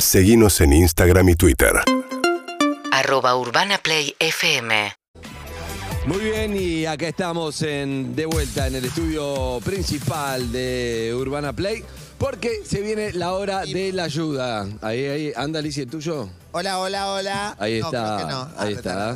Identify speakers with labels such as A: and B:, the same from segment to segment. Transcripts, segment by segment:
A: Seguimos en Instagram y Twitter.
B: arroba urbanaplayfm.
C: Muy bien, y acá estamos en, de vuelta en el estudio principal de Urbana Play, porque se viene la hora de la ayuda. Ahí, ahí, anda Alicia, el tuyo.
D: Hola, hola, hola.
C: Ahí
D: No,
C: está.
D: creo que no. Ah,
C: Ahí está.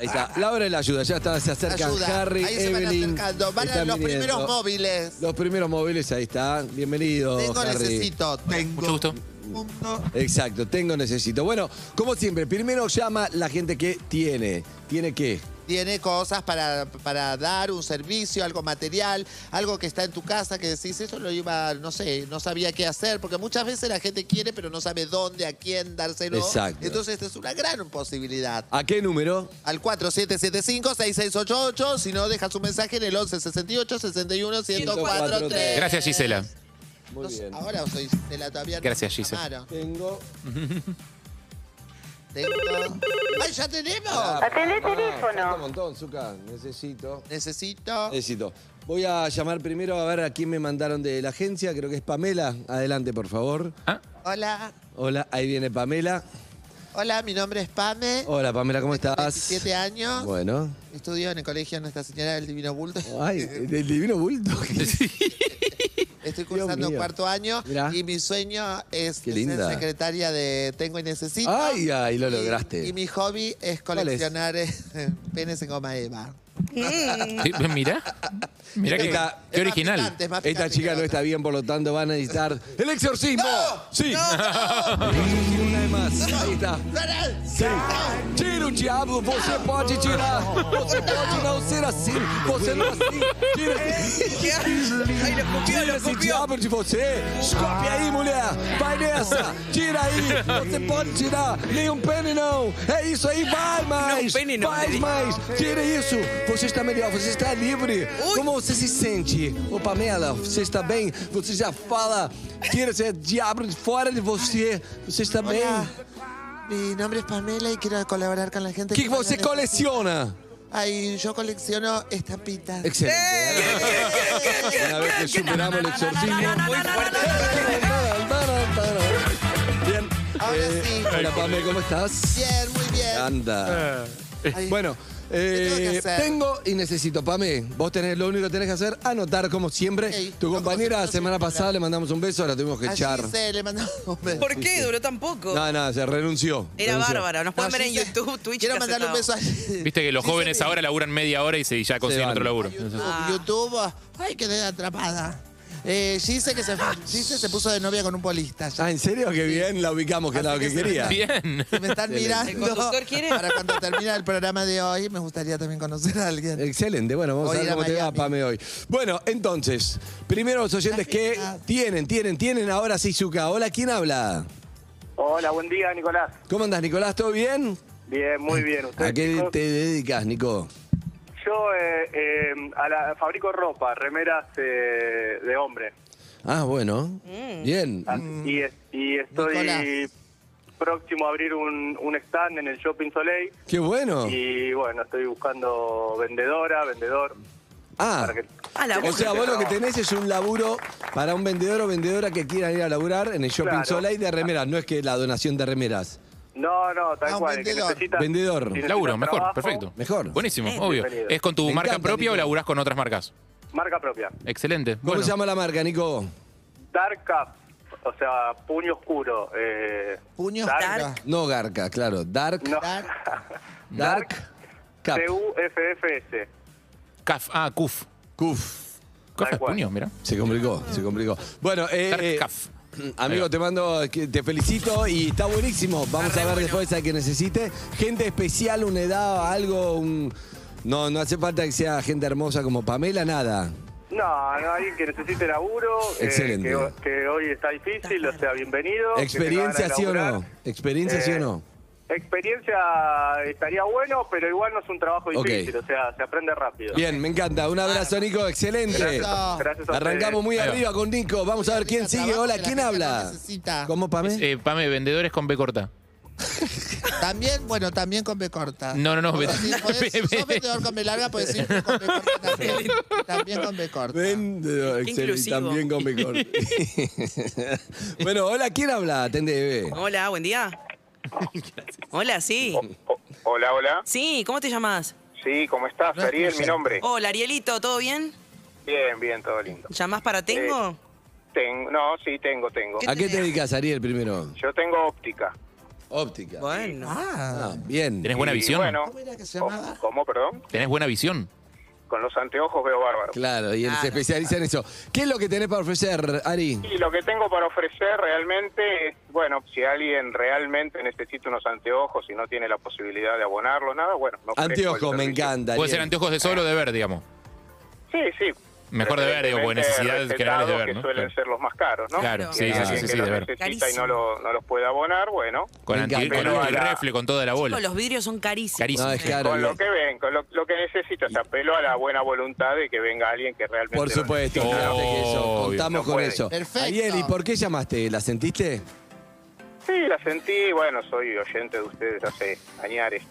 C: Ahí está. La hora de la ayuda, ya está, se acercan
D: Ayuda.
C: Harry,
D: ahí se van
C: Evelyn.
D: acercando. Van a
C: están
D: los
C: viniendo.
D: primeros móviles.
C: Los primeros móviles, ahí está. Bienvenido.
D: Tengo,
C: Harry.
D: necesito. Tengo.
E: Mucho gusto.
D: Punto.
C: Exacto, tengo, necesito. Bueno, como siempre, primero llama la gente que tiene. ¿Tiene qué?
D: Tiene cosas para, para dar, un servicio, algo material, algo que está en tu casa, que decís, eso lo iba, no sé, no sabía qué hacer, porque muchas veces la gente quiere, pero no sabe dónde, a quién dárselo.
C: Exacto.
D: Entonces, esta es una gran posibilidad.
C: ¿A qué número?
D: Al 4775-6688, si no, dejas un mensaje en el 1168-61-1043.
E: Gracias, Gisela.
C: Muy bien.
D: Ahora soy Gisela, todavía no
E: Gracias,
D: me
E: Gisela.
D: llamaron.
C: Tengo.
D: Tengo- ¡Ay, ya tenemos!
C: Atendé teléfono. Ah, Un montón, Zuka. Necesito.
D: Necesito.
C: Necesito. Voy a llamar primero a ver a quién me mandaron de la agencia. Creo que es Pamela. Adelante, por favor.
E: Ah,
D: Hola.
C: Hola, ahí viene Pamela.
D: Hola, mi nombre es Pame.
C: Hola, Pamela, ¿cómo estás?
D: 17 años.
C: Bueno. Oh,
D: Estudio en el colegio Nuestra Señora del Divino Bulto.
C: Ay, del divino bulto.
D: Estoy
C: Dios
D: cursando
C: mío.
D: cuarto año
C: Mirá.
D: y mi sueño es
C: Qué
D: ser
C: linda.
D: secretaria de Tengo y Necesito.
C: Ay, ay, lo
D: Y-
C: lograste.
D: Y, mi hobby es
C: ¿Cuál es?
D: coleccionar eh, penes en goma Eva.
E: sí, pues mira. Mira
C: Ahí
E: qué,
C: está.
E: qué
D: Es más
E: original.
D: picante, es más
C: Esta
D: picante
C: chica
D: que
C: no
D: la
C: está
D: otra.
C: bien, por lo tanto van a necesitar el exorcismo. sí.
D: ¡No!
C: El exorcismo una vez más. Ahí está.
D: ¡Para!
C: Sim. Tira o diabo, você pode tirar. Você pode não ser assim. Você não é assim. Tira esse, tira esse diabo de você. Escope aí, mulher. Vai nessa. Tira aí. Você pode tirar. Nenhum pene não. É isso aí. Vai mais.
F: pene não,
C: Faz
F: Deli.
C: mais. Tira isso. Você está melhor. Você está livre. Como você se sente? Ô, Pamela, você está bem? Você já fala. Tira esse diabo de fora de você. Você está bem?
D: Hola. Mi nombre es Pamela y quiero colaborar con la gente.
C: que você
D: tenga necesidad.
C: coleciona?
D: Ay, yo colecciono estampitas. ¡Eh!
C: Excelente. Una vez que superamos el exorcismo. Muy fuerte. Bien.
D: Ahora
C: Eh,
D: sí.
C: Hola, Pame, ¿cómo estás?
D: Bien, muy bien.
C: Anda.
D: Ay,
C: Bueno. eh,
D: tengo que hacer?
C: tengo y necesito, Pame. Vos tenés, lo único que tenés que hacer, anotar como siempre.
D: Ok.
C: Tu
D: No, como
C: compañera
D: siempre,
C: la
D: no
C: semana
D: siempre.
C: pasada le mandamos un beso, ahora tuvimos que
D: a
C: echar.
D: Gise le mandamos un beso.
F: ¿Por qué? Duró tan poco.
C: No, no, se renunció.
F: Era
C: renunció.
F: bárbara. Nos pueden ver en
D: Gise,
F: YouTube, Twitch.
D: Quiero mandarle un beso a
E: Viste que los jóvenes ahora laburan media hora y se, ya consiguen
C: van.
E: otro laburo.
D: YouTube.
F: Ah.
D: YouTube. Ay, quedé atrapada. Eh, Gise que se, Gise se puso de novia con un polista. Ya
C: Ah, ¿en serio? Qué bien, la ubicamos, que era lo que quería.
E: Bien.
D: se me están
C: Excelente.
D: mirando.
F: ¿El conductor quiere?
D: Para cuando termine el programa de hoy, me gustaría también conocer a
C: Eh.
D: alguien.
C: Excelente, bueno, vamos
D: Hoy
C: a ver
D: era
C: cómo te va,
D: Miami.
C: Pame, hoy. Bueno, entonces, primero los oyentes que tienen, tienen, tienen ahora sí, Zuka. Hola, ¿quién habla?
G: Hola, buen día, Nicolás.
C: ¿Cómo andás, Nicolás? ¿Todo bien?
G: Bien, muy bien. ¿Usted,
C: ¿A qué
G: chicos?
C: te dedicas, Nico?
G: Yo eh, eh, a la- fabrico ropa, remeras eh, de hombre.
C: Ah, bueno. Bien.
G: Ah, Y, es- y estoy
D: Nicolás.
G: próximo a abrir un, un stand en el Shopping Soleil.
C: Qué bueno.
G: Y bueno, estoy buscando vendedora, vendedor.
C: Ah.
G: para que-
F: Ah, la
C: O sea, vos lo que
G: No.
C: tenés es un laburo para un vendedor o vendedora que quiera ir a laburar en el shopping
G: Claro.
C: Soleil de remeras. No es que la donación de remeras.
G: No, no, tal
D: Ah, un
G: cual. el que
D: vendedor.
G: necesita-
C: Vendedor.
G: si necesita
E: Laburo, mejor,
G: trabajo,
E: perfecto.
C: Mejor.
E: Buenísimo, obvio.
G: Bienvenido.
E: ¿Es con tu
C: Me
E: marca
C: encanta,
E: propia o
C: Nico.
E: laburás con otras marcas?
G: Marca propia.
E: Excelente.
C: ¿Cómo
E: Bueno,
C: se llama la marca, Nico?
G: Dark Up, o sea, puño oscuro. Eh,
D: Puños
G: Dark.
D: largos.
C: No Garca, claro. Dark.
G: no,
C: Dark. Cap.
G: C-U-F-F-S.
E: CAF. Ah, CUF.
C: Cuf.
E: CAF es
G: cual.
E: puño, mira.
C: Se complicó, se complicó. Bueno, eh,
E: Tarkaf.
C: eh, amigo, te mando, que- te felicito y está buenísimo. Vamos a ver después a que necesite. Gente especial, una edad, algo, un- No, no hace falta que sea gente hermosa como Pamela, nada.
G: No, no, alguien que necesite laburo, eh,
C: Excelente.
G: que, que hoy está difícil, o sea, bienvenido. que
C: ¿Experiencia
G: tenga
C: sí o
G: ganas de
C: no?
G: laburar.
C: ¿Experiencia sí o
G: Eh,
C: no?
G: Experiencia estaría bueno, pero igual no es un trabajo
C: Ok.
G: difícil, o sea, se aprende rápido.
C: Bien, me encanta. Un abrazo, Nico. Excelente.
G: Eh, Gracias, a- gracias a
C: Arrancamos
G: ustedes.
C: muy
E: Ahí va.
C: arriba con Nico. Vamos a ver quién sigue. Hola, ¿quién habla?
E: Ah.
D: Necesita.
C: ¿Cómo, Pamela?
E: Eh, Pame, vendedores con B corta.
D: También, bueno, también con B
C: Ah.
D: corta.
E: No, no, no,
D: Vos
E: ve-
D: decís, podés-
E: ve-
D: si sos
E: ve-
D: vendedor con B larga, puedes decir con B corta también. También con B corta.
C: Vendedor, excelente.
F: inclusivo.
C: También con mi corte. bueno, hola, ¿quién habla? Atende, bebé.
F: Hola, buen día. Hola, sí.
H: Hola, hola.
F: Sí, ¿cómo te llamas?
H: Sí, ¿cómo estás? Ariel, mi nombre.
F: Hola, Arielito, ¿todo bien?
H: Bien, bien, todo lindo.
F: ¿Llamás
C: Eh,
F: para Tengo?
H: Tengo, no, sí, tengo, tengo.
F: ¿Qué
C: ¿A qué te
F: tenés?
C: dedicas, Ariel, primero?
H: Yo tengo óptica.
C: Óptica.
F: Bueno.
C: Ah, bien.
E: ¿Tenés buena
H: Y,
E: visión?
H: Bueno,
D: ¿Cómo era que se llamaba?
H: ¿cómo, perdón?
E: ¿Tenés buena visión?
H: Con los anteojos veo bárbaro.
C: Claro,
D: Ah,
C: y él se
F: Claro.
C: especializa en eso. ¿Qué es lo que tenés para ofrecer, Ari?
H: Y lo que tengo para ofrecer realmente es, bueno, si alguien realmente necesita unos anteojos y no tiene la posibilidad de abonarlo, nada, bueno. me ofrezco el
C: Anteojos, me
H: servicio.
C: encanta.
E: Puede ser
C: Ariel.
E: anteojos de sol o de ver, digamos.
H: Sí, sí.
E: Mejor de ver, digo, porque necesidades
H: Preferentemente
E: generales de ver,
H: recetados,
E: ¿no?
H: Que suelen
E: Claro.
H: ser los más caros, ¿no?
E: Claro,
F: sí,
H: Y
C: sí,
H: alguien
C: sí,
H: que
E: sí,
H: lo
E: de ver.
H: necesita y
F: Carísimo.
H: no lo, no los puede abonar, bueno,
E: Con,
C: Me
E: anti,
C: encanta.
E: con
H: Pero
E: anti-
H: ahora-
E: refle, con toda la bola.
F: Chicos, los vidrios son carísimos.
E: Carísimo.
C: No, es
E: Sí.
C: caro.
H: con lo
C: Ariel.
H: que ven, con lo, lo que necesita, se apelo a la buena voluntad de que venga alguien que realmente...
C: Por
H: lo
C: supuesto,
E: Sí,
H: necesita,
E: claro.
H: ¿no?
C: fíjate que eso,
E: Oh, Obvio.
C: contamos
H: No
C: con
H: puede.
C: eso.
D: Perfecto.
C: Ariel, ¿y por qué llamaste? ¿La sentiste?
H: Sí, la sentí, bueno, soy oyente de ustedes hace añares.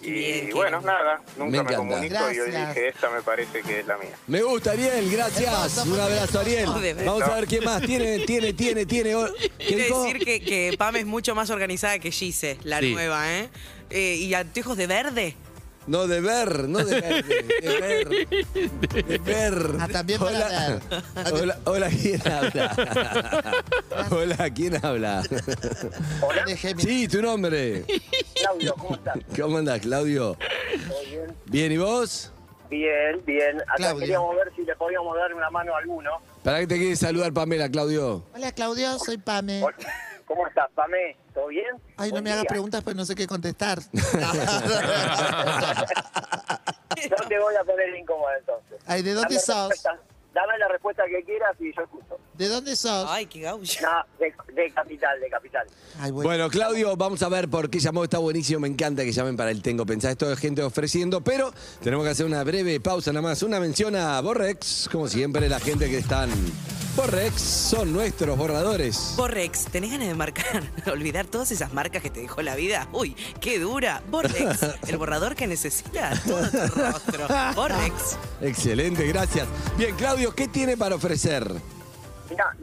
H: Y
F: Bien, qué
H: bueno,
F: lindo.
H: nada,
C: Me
H: nunca me,
C: encanta.
H: comunico y hoy
D: Gracias.
H: dije, esta me parece que es la mía.
C: Me gusta, Ariel, gracias.
D: Hermoso,
C: Un
D: muy
C: abrazo, Ariel.
D: hermoso.
C: Vamos a ver quién más tiene, tiene, tiene, tiene. O- ¿Qué
F: Quiere
C: dijo?
F: decir que, que Pam es mucho más organizada que Gise, la
E: Sí.
F: nueva, ¿eh? Eh, ¿Y anteojos de verde?
C: No, de ver, no de ver. De ver. De ver.
D: Ah, también para
C: hola.
D: ver.
C: Hola, hola, ¿quién habla? Hola, ¿quién habla?
D: De Géminis.
C: Sí, tu nombre.
G: Claudio, ¿cómo estás?
C: ¿Cómo andás, Claudio? Bien, ¿y vos?
G: Bien, bien. Acá
D: Claudio.
G: queríamos ver si le podíamos dar una mano a alguno.
C: ¿Para qué te quieres saludar, Pamela, Claudio?
D: Hola, Claudio, soy Pame.
G: Hola. ¿Cómo estás, Pame? ¿Todo bien?
D: Ay, no
G: Buen
D: me hagas
G: día.
D: preguntas, pues no sé qué contestar.
G: No te voy a poner incómodo entonces.
D: Ay, ¿de dónde
G: Dame
D: sos?
G: respuesta. Dame la respuesta que quieras y yo escucho.
D: ¿De dónde sos?
F: Ay, qué gaucho.
G: No, de, de capital, de capital.
D: Ay, bueno.
C: Bueno, Claudio, vamos a ver por qué llamó. Está buenísimo, me encanta que llamen para el Tengo Pensá. Esto es gente ofreciendo, pero tenemos que hacer una breve pausa nada más. Una mención a Borrex, como siempre, la gente que están. Borrex son nuestros borradores.
F: Borrex, ¿tenés ganas de marcar? Olvidar todas esas marcas que te dejó la vida. Uy, qué dura. Borrex, el borrador que necesitas. Todo tu rostro. Borrex.
C: Excelente, gracias. Bien, Claudio, ¿qué tiene para ofrecer?
G: Mira,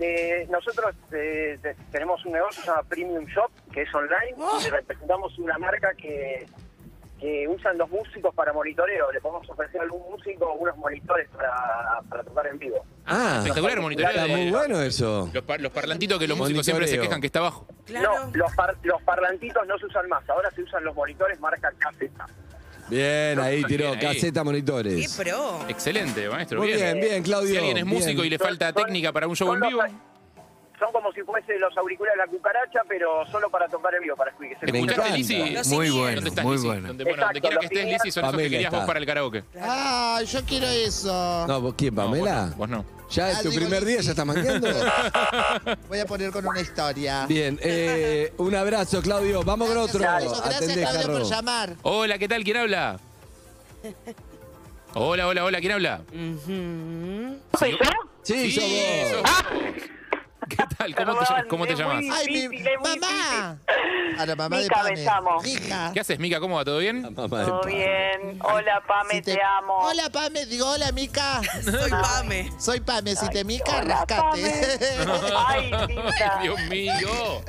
G: nosotros eh, te- tenemos un negocio que se llama Premium Shop, que es online,
F: Oh.
G: y representamos una marca que, que usan los músicos para monitoreo. Le podemos ofrecer a algún músico unos monitores para, para tocar en vivo.
C: Ah,
E: Espectacular, monitoreo
C: está
E: de-
C: muy bueno eso.
E: Los, par- los parlantitos que los músicos siempre se
C: Monitoreo.
E: quejan que está abajo.
F: Claro.
G: No, los, par- los parlantitos no se usan más, ahora se usan los monitores marca caseta.
C: Bien, ahí tiró,
E: Bien, ahí.
C: caseta
F: Qué
C: monitores.
F: pro.
E: Excelente, maestro.
C: Muy bien, bien, Claudio.
E: Si alguien es
C: bien.
E: músico y le
G: Son-
E: falta
G: son-
E: técnica para un show
G: son
E: en
G: los
E: vivo,
G: a- Son como si fuese los auriculares de la cucaracha, pero solo para tocar en vivo, para que se
C: Me
G: escuche.
E: ¿escuchaste
C: encanta.
E: Lizzy?
F: Los Muy siniestros. bueno,
E: ¿Dónde estás,
I: muy
E: Lizzy?
I: bueno.
E: Donde, bueno, donde
G: Exacto,
E: quiera que
G: los
E: estés, Lizzy, son esos que
C: Pamela
E: querías vos
C: está.
E: para el karaoke.
D: Ay, Ah, yo quiero eso.
C: No, ¿vos quién,
E: No,
C: Pamela?
E: vos no. vos
C: ¿Ya es
D: Ah,
C: tu
D: digo,
C: primer día?
D: Lizzy.
C: ¿Ya estás manqueando?
D: Voy a poner con una historia.
C: Bien, eh, un abrazo, Claudio. Vamos con otro.
D: Gracias, gracias,
C: Atendé,
D: Claudio,
C: Jarro.
D: por llamar.
E: no. Hola, ¿qué tal? ¿Quién habla? Hola, hola, hola, ¿quién habla?
F: Ujú.
C: Sí, sos
E: sos
C: vos.
E: vos. ¿Qué tal? ¿Cómo te, llamas? ¿Cómo te llamas?
D: Ay, mi mamá. A la mamá de
J: Mica,
D: Pame.
J: me llamo.
D: Mica.
E: ¿Qué haces, Mica? ¿Cómo va? ¿Todo bien?
C: Mamá de
J: Todo
C: pa-
J: bien. Hola, Pame,
D: Si
J: te... amo.
D: Hola, Pame. Digo, hola, Mica.
F: Soy Pame.
D: Soy Pame. Si te mica,
J: hola,
D: rascate.
J: Pame. Ay, Mica.
E: Dios mío.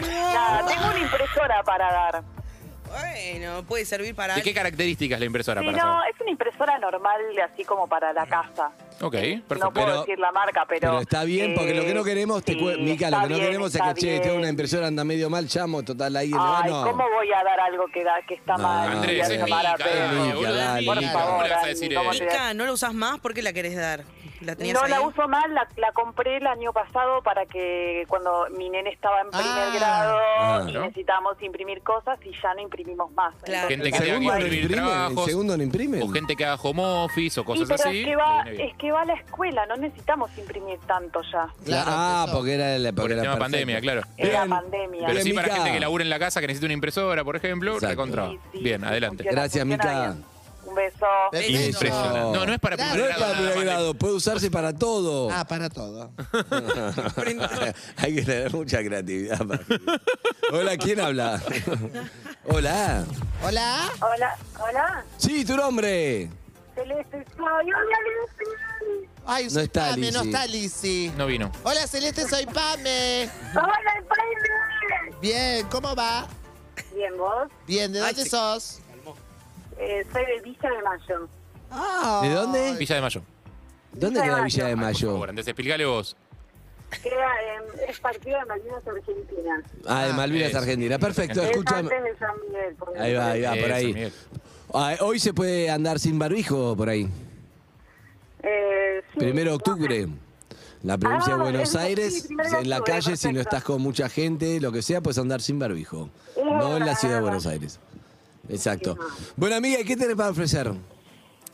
J: Nada, tengo una impresora para dar.
F: Ah. Bueno, puede servir para
E: ¿De qué características la impresora
J: Sí,
E: para
J: no,
E: saber?
J: es una impresora normal, así como para la casa.
E: Ok,
J: No
E: perfecto.
J: puedo
C: Pero-
J: decir la marca, pero.
C: Pero está bien, porque lo que no
J: eh,
C: queremos, te
J: sí,
C: cue- Mica, lo
J: está
C: que no
J: bien,
C: queremos es
J: está
C: que, che, este
J: bien.
C: tengo una impresora, anda medio mal, llamo, total, ahí le va,
J: Ay,
C: no.
J: ¿cómo voy a dar algo que, da, que está
C: No,
J: mal?
E: Andrés,
J: Ya
E: es
J: está
E: Mica,
J: para pedo.
E: dale, boludo,
C: Mica,
E: es
C: ah, dale,
E: Mica.
C: Por
E: ¿Cómo le vas a
J: favor,
E: decir
J: Andy,
E: eh?
J: ¿cómo
E: eso?
J: te-
F: Mica, no la usás más, ¿por qué la querés dar? ¿La tenías
J: No
F: ahí?
J: la uso mal, la, la compré el año pasado para que cuando mi nene estaba en primer
D: Ah.
J: grado
C: Ah.
J: y necesitábamos imprimir cosas y ya no imprimimos más.
F: Claro.
E: Gente
C: ¿En
E: que tenga que
C: segundo no
E: imprimir
C: imprimen? ¿En
E: trabajos.
C: segundo no imprimen?
E: O gente que haga home office o
J: Y
E: cosas
J: pero
E: así.
J: es que, va, eh,
E: le viene bien.
J: es que va a la escuela, no necesitamos imprimir tanto ya.
C: La-
D: Claro,
C: ah,
D: empezó.
C: porque era la
E: Por el tema pandemia, claro.
J: Es la
C: Bien.
J: pandemia.
E: Pero
C: Bien,
E: sí para
C: Mica.
E: gente que labura en la casa que necesita una impresora, por ejemplo,
C: Exacto.
E: recontra.
J: Sí, sí,
E: Bien,
J: sí,
E: adelante.
J: funciona,
C: Gracias,
J: funciona
C: Mica.
J: bien. Un beso.
D: Perfecto.
E: Impresionante. No, no es para
D: Gracias.
C: No
E: primer
C: es para
E: grado,
C: primer
E: nada más.
C: grado, puede usarse para todo.
D: Ah, para todo.
C: Hay que tener mucha creatividad. para- Hola, ¿quién habla? Hola.
D: Hola.
J: Hola, hola.
C: Sí, tu nombre.
J: Celeste, soy. Hola, Lucy.
D: Ay,
C: No
D: soy
C: está
D: Pame, no
C: Lizzy.
D: está Lizzy.
E: No vino.
D: Hola, Celeste, soy Pame.
J: Hola, Prende.
D: Bien, ¿cómo va?
J: Bien, vos.
D: Bien, ¿de
F: Ay,
D: dónde
F: sí.
D: sos?
J: Eh, soy de Villa de Mayo.
E: Ah.
C: ¿De dónde?
E: Villa de Mayo.
C: ¿Dónde queda Villa de
E: Ay, Por
C: Mayo?
E: favor, Andrés, explícale vos.
J: Queda, en- eh, es partido de Malvinas Argentina.
C: Ah, de Malvinas,
E: Eso.
C: Argentina. Perfecto,
J: Es
C: escúchame.
J: antes de San Miguel. por
C: Ahí va, ahí va, por
E: Eso,
C: ahí.
E: Miguel.
C: Ah, hoy se puede andar sin barbijo por ahí.
J: Eh, sí.
C: Primero de octubre. La provincia de
J: Ah,
C: Buenos
J: eso sí,
C: Aires,
J: primero de
C: en la
J: octubre,
C: calle, si no
J: perfecto.
C: estás con mucha gente, lo que sea, puedes andar sin barbijo.
J: Es
C: No en la
J: verdad,
C: ciudad de
J: es
C: Buenos
J: verdad.
C: Aires. Exacto.
J: Sí,
C: Bueno, amiga, ¿y ¿qué tenés para ofrecer?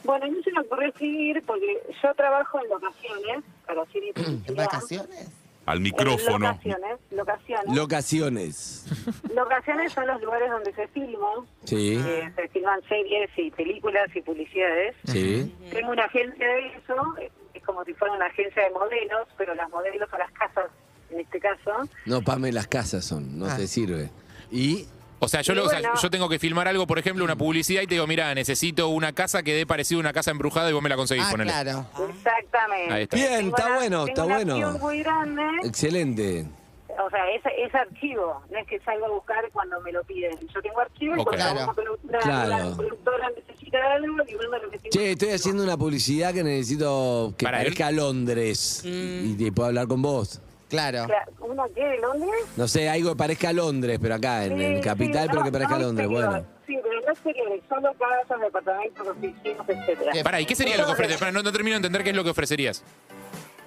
J: Bueno, a mí se me ocurrió escribir porque yo trabajo en locaciones. Para hacer
D: ¿En vacaciones?
K: Al micrófono.
J: Locaciones, locaciones.
C: Locaciones.
J: Locaciones son los lugares donde se filman.
C: Sí,
J: eh, se filman series y películas y publicidades.
C: sí.
J: Tengo una agencia de eso, eh, es como si fuera una agencia de modelos, pero las modelos son las casas, en este caso.
C: No, Pame, las casas son, no
D: Ah.
C: te sirve. Y
E: O sea, yo,
J: Y
E: lo- o sea,
J: bueno.
E: yo tengo que filmar algo, por ejemplo, una publicidad y te digo, mira, necesito una casa que dé parecido a una casa embrujada y vos me la conseguís,
D: Ah,
E: ponele.
D: claro.
J: Exactamente.
E: Ahí está.
C: Bien,
J: Tengo
C: está
J: una-
C: bueno,
J: tengo
C: está
J: una
C: bueno.
J: acción muy grande,
C: excelente.
J: o sea, es, es archivo, no es que salgo a buscar cuando me lo piden. Yo tengo archivo
E: Ok.
J: y cuando una produ- una,
C: Claro.
J: una productora necesita algo, le mando lo que tengo.
C: Che, estoy haciendo una publicidad que necesito que
E: Para él.
C: parezca Londres. Y te puedo hablar con vos.
D: Claro.
J: O sea, ¿Una qué? ¿De Londres? eh,
C: No sé, algo que parezca Londres, pero acá, en, en
J: Sí,
C: Capital,
J: sí,
C: pero
J: no,
C: que parezca
J: no
C: Londres.
J: exterior.
C: Bueno.
J: Sí, pero no exteriores, solo casas, departamentos, oficinas, etcétera.
D: Bien.
E: Eh, Pará, ¿y qué sería lo que ofreces? Pará, no, no termino de entender qué es lo que ofrecerías.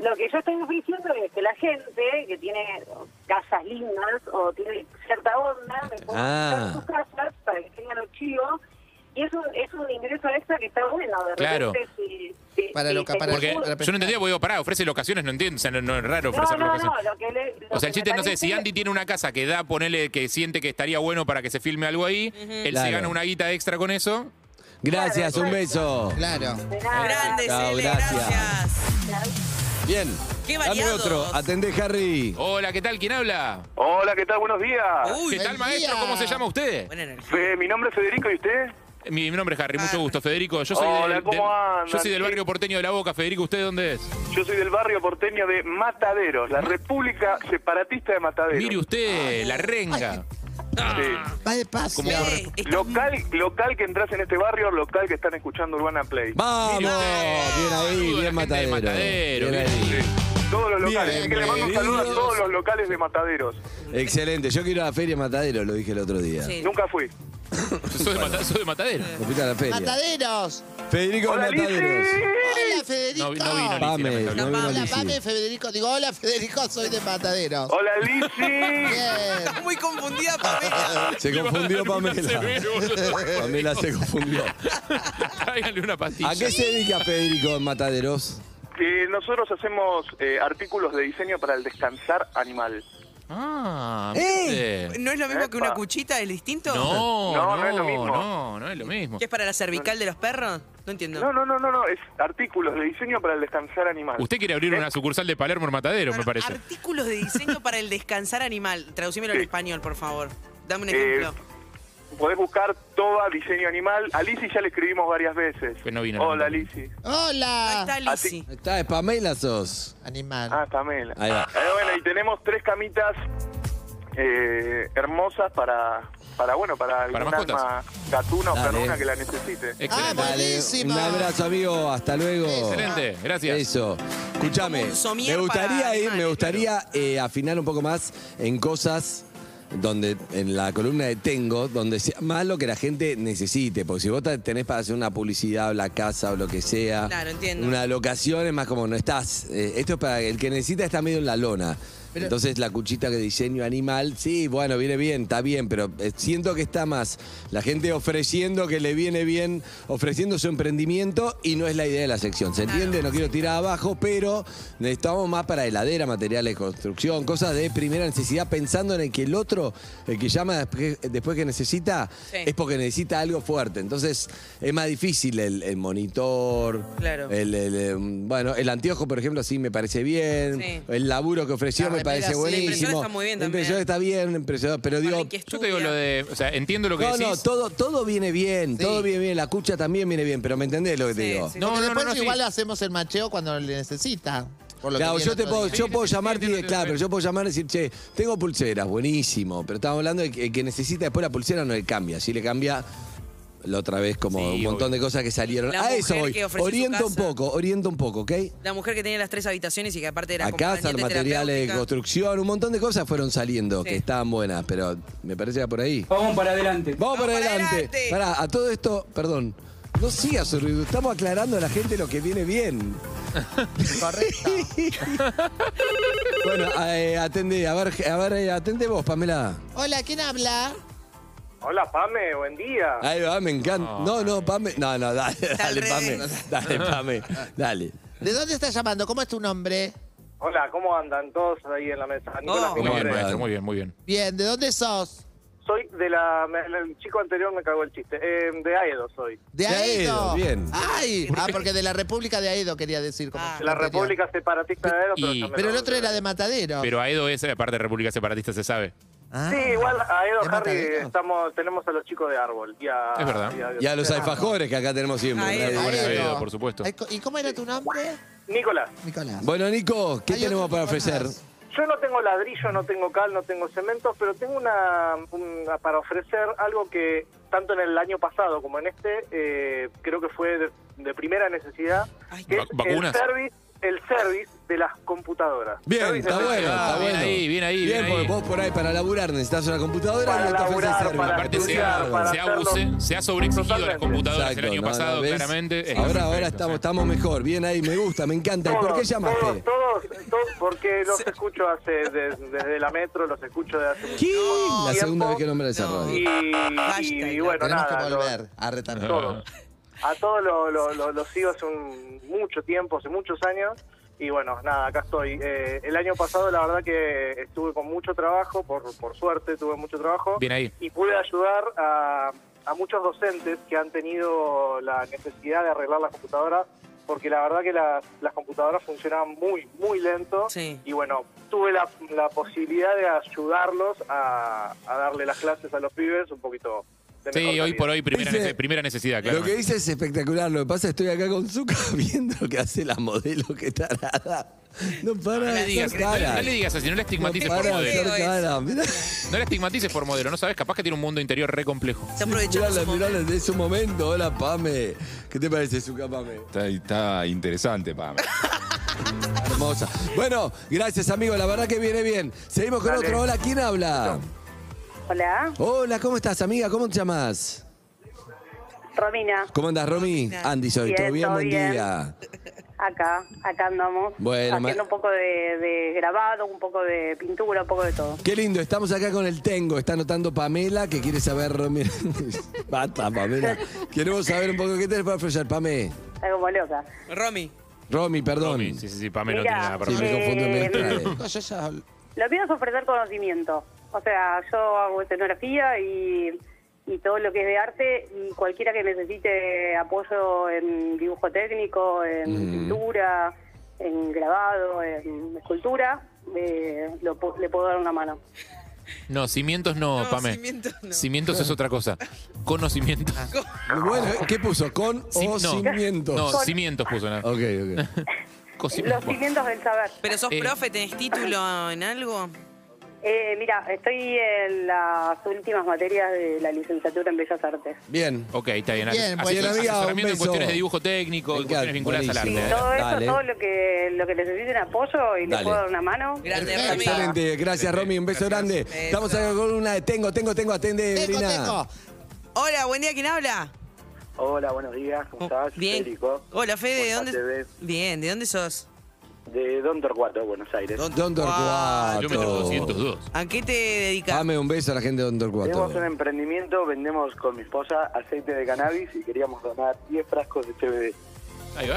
J: Lo que yo estoy ofreciendo es que la gente que tiene casas lindas o tiene cierta onda, me pueda
C: Ah.
J: prestar sus casas para que tengan archivo. Y es un, es un ingreso extra que está bueno. De
E: Claro.
J: repente, si- si-
D: Para
J: si
D: loca-
J: se
D: para-
E: Porque
J: ocurre-
E: yo no entendía, porque digo, pará, ofrece locaciones, no entiendo. O sea, no, no es raro
J: No,
E: ofrecer
J: no,
E: locaciones.
J: no, lo que le- lo
E: O sea,
J: que
E: el chiste,
J: me
E: no sé, si
J: parece-
E: Andy tiene una casa que da, ponele que siente que estaría bueno para que se filme algo ahí, él
C: Claro.
E: se gana una guita extra con eso.
C: Gracias, un beso.
D: Claro.
J: de nada.
F: Grande,
C: Chao,
F: Cele,
C: gracias.
F: gracias.
C: Bien.
F: Qué
C: Dame
F: variados.
C: otro. Atendé, Harry.
E: Hola, ¿qué tal? ¿Quién habla?
G: Hola, ¿qué tal? Buenos días.
F: Uy,
E: ¿Qué tal,
D: buen
E: maestro?
D: día.
E: ¿Cómo se llama usted?
F: buena energía. Ah.
G: Fe- Ah. mi nombre es Federico, ¿y usted?
E: Mi, mi nombre es Harry, mucho gusto, Federico. Yo soy,
G: Hola,
E: del,
G: ¿cómo
E: del-
G: andan?
E: yo soy del barrio porteño de La Boca. Federico, ¿usted dónde es?
G: Yo soy del barrio porteño de Mataderos, la República Separatista de Mataderos.
E: Mire usted, la renga.
C: Ah.
G: Sí.
D: Va despacio.
E: Como-
F: Eh, está-
G: Local, local que entras en este barrio, local que están escuchando Urbana Play.
C: Vamos.
E: Mire usted.
C: Bien ahí,
E: Saludo a la
C: bien
E: gente de
C: matadero.
E: Matadero,
C: Bien
E: bien.
C: ahí.
G: Sí. Todos los locales. Así que le mando un saludo a
C: Bienvenidos.
G: todos los locales de Mataderos.
C: Excelente. Yo quiero ir a la feria de Matadero, lo dije el otro día.
F: Sí.
G: Nunca fui.
E: Soy de, Mata- soy de Matadero.
C: Me fuiste a la feria.
D: Mataderos.
C: Federico de
G: Hola,
C: Mataderos.
G: Lizzy.
D: Hola, Federico.
E: No, vi- no vino,
C: Pame,
E: Lizzy,
C: no
E: lamentablemente.
C: vino
D: Hola,
C: Lizzy.
D: Pame, Federico. Digo, hola, Federico, soy de Mataderos.
G: Hola, Lizzy.
D: Bien.
F: Está muy confundida, Pamela.
C: Se confundió Pamela. Pamela se confundió.
E: Tráiganle una pastilla.
C: ¿A qué se dedica Federico en Mataderos?
G: Eh, nosotros hacemos eh, artículos de diseño para el descansar animal.
E: Ah,
C: ¡Eh!
E: mire.
F: ¿No es lo mismo que una
G: Epa.
F: cuchita? ¿Es distinto?
E: No,
G: No,
E: no,
G: no es lo mismo.
E: No, no es lo mismo.
F: ¿Que es para la cervical de los perros? No entiendo.
G: No, no, no, no, no. Es artículos de diseño para el descansar animal.
E: Usted quiere
G: ¿Eh?
E: abrir una sucursal de Palermo en Matadero,
F: No,
E: me
F: no,
E: parece.
F: Artículos de diseño para el descansar animal. Traducímelo al
G: Sí.
F: español, por favor. Dame un
G: Eh,
F: ejemplo.
G: podés buscar Toba Diseño Animal. A Lizzy ya le escribimos varias veces.
E: Pues no vino,
G: Hola,
E: no.
G: Lizzy.
F: Ahí
D: Hola.
F: está Lizzy.
C: Está, es Pamela sos.
D: Animal.
G: Ah, Pamela.
C: Ahí va.
G: Eh, bueno, y tenemos tres camitas eh, hermosas para, para, bueno, para algún
E: mascotas.
G: alma gatuna o
C: Dale.
G: perruna que la necesite.
E: Excelente.
D: Ah,
C: Dale,
D: buenísimo.
C: un abrazo, amigo. Hasta luego.
E: Excelente, gracias.
C: Eso. Escúchame.
F: Como un somier
C: Me gustaría
F: para
C: ir, me
F: animales,
C: gustaría eh, afinar un poco más en cosas donde en la columna de tengo, donde sea más lo que la gente necesite, porque si vos ta- tenés para hacer una publicidad o la casa o lo que sea,
E: Ah,
F: Claro, entiendo.
C: una locación es más como no estás, eh, esto es para el que necesita está medio en la lona, Entonces la cuchita que diseño animal, sí, bueno, viene bien, está bien, pero eh, siento que está más la gente ofreciendo que le viene bien, ofreciendo su emprendimiento y no es la idea de la sección. ¿Se entiende? No quiero tirar abajo, pero necesitamos más para heladera, materiales de construcción, cosas de primera necesidad, pensando en el que el otro, el que llama después después que necesita,
F: Sí.
C: es porque necesita algo fuerte. Entonces es más difícil el, el monitor,
F: Claro.
C: el, el, eh, bueno, el anteojo, por ejemplo, sí me parece bien,
F: Sí.
C: el laburo que ofreció
D: La
C: me
D: remera,
C: parece
D: sí. La
C: buenísimo.
D: impresora
F: está muy bien
C: La
F: también.
C: impresora está bien, la impresora- pero digo,
F: que
E: Yo te digo
F: estudia.
E: lo de. O sea, entiendo lo que
C: no,
E: decís.
C: no, todo, todo viene bien, todo viene bien, la cucha también viene bien, pero ¿me entendés lo que te
F: Sí,
C: digo?
F: sí.
E: No, no, no,
D: Porque después
E: no, sí.
D: igual hacemos el macheo cuando le necesita. por lo que
C: Claro,
D: viene
C: yo te
D: otro
C: puedo,
D: día.
C: yo
E: Sí,
C: puedo
E: sí, sí,
C: llamarte y
E: entiendo
C: de-
E: lo que-
C: claro, pero yo puedo llamar y decir, che, tengo pulseras, buenísimo. Pero estamos hablando de que el que necesita después la pulsera no le cambia. Si le cambia la otra vez como
E: Sí,
C: un montón de cosas que salieron.
F: La
C: a eso
F: mujer
C: voy.
F: que ofreció su
C: Orienta un
F: casa.
C: poco, orienta un poco, ¿ok?
F: La mujer que tenía las tres habitaciones y que aparte era
C: A casa,
F: acompañante
C: materiales de
F: terapéutica.
C: construcción, un montón de cosas fueron saliendo
F: Sí.
C: que estaban buenas, pero me parece que va por ahí.
L: Vamos para adelante.
C: Vamos para
F: Vamos para
C: adelante.
F: adelante.
C: Pará, a todo esto, perdón. No sigas su ruido, estamos aclarando a la gente lo que viene bien.
D: Correcto.
C: Bueno, eh, atendé, a ver, a ver, eh, atendé vos, Pamela.
D: Hola, ¿quién habla?
G: Hola, Pame, buen día.
C: Ahí va, me encanta. No, no, Pame. No, no, dale, dale,
F: al
C: Pame.
F: revés.
C: Dale, Pame. Dale.
D: ¿De dónde estás llamando? ¿Cómo es tu nombre?
G: Hola, ¿cómo andan todos ahí en la mesa?
E: Muy
G: Nicolás,
C: Bueno,
E: bien,
C: bueno.
E: maestro, muy bien, muy bien.
D: Bien, ¿de dónde sos?
G: soy de la... me- El chico anterior me cagó el chiste. Eh, de Aedo soy.
D: De
C: De Aedo,
D: Aedo.
C: bien.
D: Ay, ah, porque de la República de Aedo quería decir. Como
F: Ah.
G: De la
D: anterior.
G: República Separatista de Aedo, pero...
E: Y-
G: ya me
D: Pero
G: lo-
D: el otro era de Matadero.
E: Pero Aedo es, aparte de República Separatista, se sabe.
D: Ah.
G: Sí, igual a Edo
D: ¿Es
G: Harry
D: Matadero?
G: estamos, tenemos a los chicos de árbol. Y a,
E: Es verdad.
C: Y a los alfajores que acá tenemos siempre.
F: Ahí,
C: Nadie-
E: Bueno,
D: Aedo.
E: Aedo, por supuesto.
D: Ay, co- ¿Y cómo era tu nombre?
G: Nicolás,
D: Nicolás.
C: Bueno, Nico, ¿qué
D: Hay
C: tenemos
D: otro
C: para
D: Nicolás.
C: ofrecer?
G: yo no tengo ladrillo, no tengo cal, no tengo cemento, pero tengo una, una- para ofrecer algo que tanto en el año pasado como en este eh, creo que fue de, de primera necesidad,
F: Ay,
G: que
E: Va-
G: es
E: ¿vacunas?
G: el service, el service de las computadoras.
C: Bien,
G: Service
C: está
G: de-
C: bueno,
E: Ah,
C: está
E: bien
C: bueno.
E: ahí, bien ahí,
C: Bien,
E: bien
C: porque
E: ahí.
C: vos por ahí para laburar necesitas una computadora y no
G: Para
C: te ofrece
G: laburar,
C: servicio.
G: para
E: Aparte se
G: estudiar,
E: ha,
G: para
E: se ha abuse-
G: hacerlo.
E: se ha sobreexigido las
G: Totalmente.
E: computadoras el
C: Exacto,
E: año
C: no, no,
E: pasado,
C: ¿ves?
E: claramente. Está
C: Ahora, ahora
E: perfecto,
C: estamos,
E: sí.
C: estamos mejor. Bien ahí, me gusta, me encanta. ¿Y por qué
G: Todos,
C: llamaste?
G: Todos, todos, todos, porque los escucho hace, de- desde la metro, los escucho desde hace mucho
C: ¿Qué? La segunda
G: tiempo.
C: vez que nombra esa
F: No.
C: radio.
G: Y, y
F: Hashtag,
G: bueno,
D: Tenemos
G: nada,
D: que
G: lo-
D: volver. Arre también.
G: todos. A todos los lo, lo- los sigo hace un- mucho tiempo, hace muchos años. Y bueno, nada, acá estoy. Eh, el año pasado la verdad que estuve con mucho trabajo, por, por suerte tuve mucho trabajo.
E: Bien ahí.
G: Y pude ayudar a, a muchos docentes que han tenido la necesidad de arreglar la computadora, porque la verdad que las, las computadoras funcionaban muy, muy lento.
F: Sí.
G: Y bueno, tuve la, la posibilidad de ayudarlos a, a darle las clases a los pibes un poquito. de
E: Sí,
G: mejor
E: hoy
G: calidad.
E: por hoy, primera,
C: Dice-
E: nece- primera necesidad, claro.
C: Lo que dice es espectacular. Lo que pasa es que estoy acá con Zuka viendo lo que hace la modelo que tarada. No para. de
E: No le
C: hacer
E: digas, no,
C: cara.
E: le- no le digas así, no la estigmatices
C: No
E: por
C: para de
E: modelo.
C: hacer
F: modelo.
C: cara. Mirá,
E: No la estigmatices por modelo, no sabes, capaz que tiene un mundo interior re complejo.
F: Se aprovechó
C: mirá,
F: de su
C: mirá,
F: momento.
C: de su momento. Hola, Pame. ¿Qué te parece, Zuka, Pame?
M: Está, está interesante, Pame.
C: Hermosa. Bueno, gracias, amigo. La verdad que viene bien. Seguimos con
G: Dale.
C: otro. Hola, ¿quién habla?
J: Hola,
C: Hola, ¿cómo estás, amiga? ¿Cómo te llamas?
J: Romina,
C: ¿Cómo andas, Romy? Andy, soy.
J: Bien,
C: ¿Todo bien?
J: todo
C: Buen
J: bien.
C: día.
J: acá, acá andamos
C: Bueno,
J: haciendo
C: ma-
J: un poco de, de grabado, un poco de pintura, un poco de todo.
C: Qué lindo, estamos acá con el Tengo. Está anotando Pamela que quiere saber. mira, Basta, Pamela. Queremos saber un poco qué tenés para ofrecer, Pame.
J: Está como loca.
F: Romy.
C: Romi, perdón.
E: Romy, sí, sí, sí, Pamela no
J: Mirá,
E: tiene nada para
C: Sí, me
E: ofrecer.
J: eh,
C: confundo, me distrae.
D: Yo ya-
J: Lo mío es ofrecer conocimiento. O sea, yo hago escenografía y, y todo lo que es de arte y cualquiera que necesite apoyo en dibujo técnico, en pintura, en grabado, en escultura, eh, lo pu- le puedo dar una mano.
E: No, cimientos no,
F: No,
E: Pame.
F: cimientos no. Ah,
E: Cimientos es otra cosa. Conocimiento.
C: Ah, Bueno, ¿eh? ¿qué puso? ¿Con
E: Cim-
C: o
E: no,
C: cimientos?
E: No,
C: Ok,
E: cimientos puso nada.
C: ok.
E: Cosi-
J: Los
E: Bueno.
J: cimientos del saber.
F: ¿Pero sos
E: Eh.
F: profe? ¿Tenés título en algo?
J: Eh, mira, estoy en las últimas materias de la licenciatura en Bellas Artes.
C: Bien.
E: Ok, está bien. haces-
D: Bien,
E: haces-
D: buenísimo.
E: haces
C: Amiga, un
E: asesoramiento en
C: beso.
E: cuestiones de dibujo técnico,
C: Me
E: en cuestiones
C: encanta,
E: vinculadas al
C: buenísimo.
E: arte. ¿eh?
J: Todo eso,
C: Dale.
J: todo lo que lo que necesiten apoyo y le
C: Dale.
J: puedo dar una mano.
F: Grande,
D: Perfecto.
F: Romy.
C: Excelente, gracias Romy, un beso grande. Estamos acá con una de Tengo, Tengo, Tengo, atende,
D: Tengo,
C: Brina.
D: tengo.
F: Hola, buen día, ¿quién habla? Oh,
L: Hola, buenos días, ¿cómo estás?
F: Bien.
L: Federico.
F: Hola, Fede, ¿de
L: Por
F: dónde?
L: ATV.
F: Bien, ¿de dónde sos?
G: De Don Torcuato, Buenos Aires.
C: Don
F: Ah,
C: Torcuato.
E: Kilómetro 202.
F: ¿A qué te dedicas?
C: Dame un beso a la gente de Don
G: Tenemos
C: Torcuato.
G: un emprendimiento, vendemos con mi esposa aceite de cannabis y queríamos donar 10 frascos de CBD.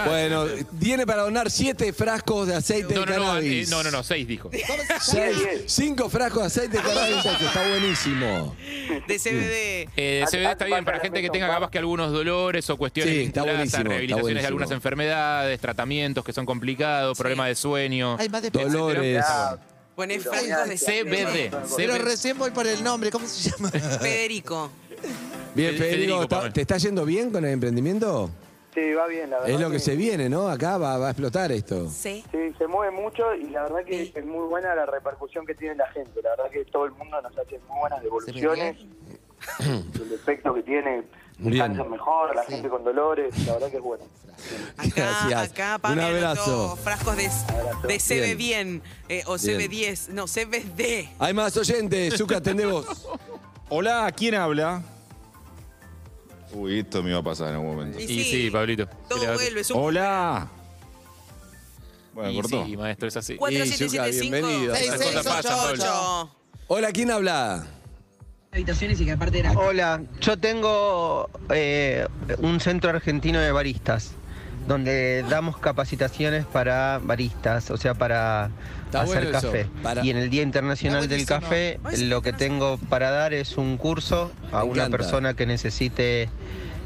C: Bueno, tiene para donar siete frascos de aceite
E: No,
C: de
E: no, no, eh,
C: cannabis.
E: no, no, no, seis dijo.
C: Seis- cinco frascos de aceite de cannabis, que está buenísimo.
F: De
C: Mm.
F: CBD.
E: Eh, CBD está bien para gente que tenga capaz que algunos dolores o cuestiones
C: Sí, está
E: vinculadas a
C: buenísimo, está
E: rehabilitaciones de algunas
C: buenísimo.
E: enfermedades, tratamientos que son complicados, problemas de sueño.
D: Hay más de
C: Dolores.
F: Pones frascos de
E: CBD.
D: Pero
E: CBD.
D: recién voy por el nombre, ¿cómo se llama?
F: Federico.
C: Bien,
E: Federico,
C: Federico, ¿está-
E: Pablo.
C: ¿te está yendo bien con el emprendimiento?
G: Sí, va bien,
D: Eh,
G: la verdad.
C: Es lo que se viene, ¿no? Acá va, va a explotar esto.
F: Sí.
G: Sí, se mueve mucho y la verdad que es muy buena la repercusión que tiene la gente. La verdad que todo el mundo nos hace muy buenas devoluciones. El efecto que tiene, descansan mejor, la gente con dolores, la verdad que es bueno.
F: Acá,
C: Gracias.
F: acá,
C: Un
F: Pablo,
C: abrazo.
F: frascos de, de CB bien, eh, o
C: Bien.
F: CB10, no, CBD.
C: Hay más oyentes, Zucca, atendé vos.
N: Hola, ¿quién habla? Uy, esto me iba a pasar en algún momento.
F: Y
E: Y
F: sí,
E: sí, Pablito.
F: Todo
E: Se le va-
F: vuelve, es un
N: Hola. Bueno,
E: Y
N: cortó.
E: sí, maestro, es así.
C: Cuatro- Y, Zucca, bienvenido.
D: Seis,
E: Esas
D: seis,
E: cosas
D: ocho,
E: pasan, Pablo.
F: Yo.
C: Hola, ¿quién habla?
F: Habitaciones y que aparte era.
O: Hola, yo tengo eh, un centro argentino de baristas, donde damos capacitaciones para baristas, o sea, para
C: Está
O: hacer
C: bueno eso,
O: café.
C: para-
O: Y en el Día Internacional
D: Está
O: del
D: buenísimo.
O: Café,
F: Ay, sí,
O: lo que tengo para dar es un curso a
C: Me
O: una
C: encanta.
O: persona que necesite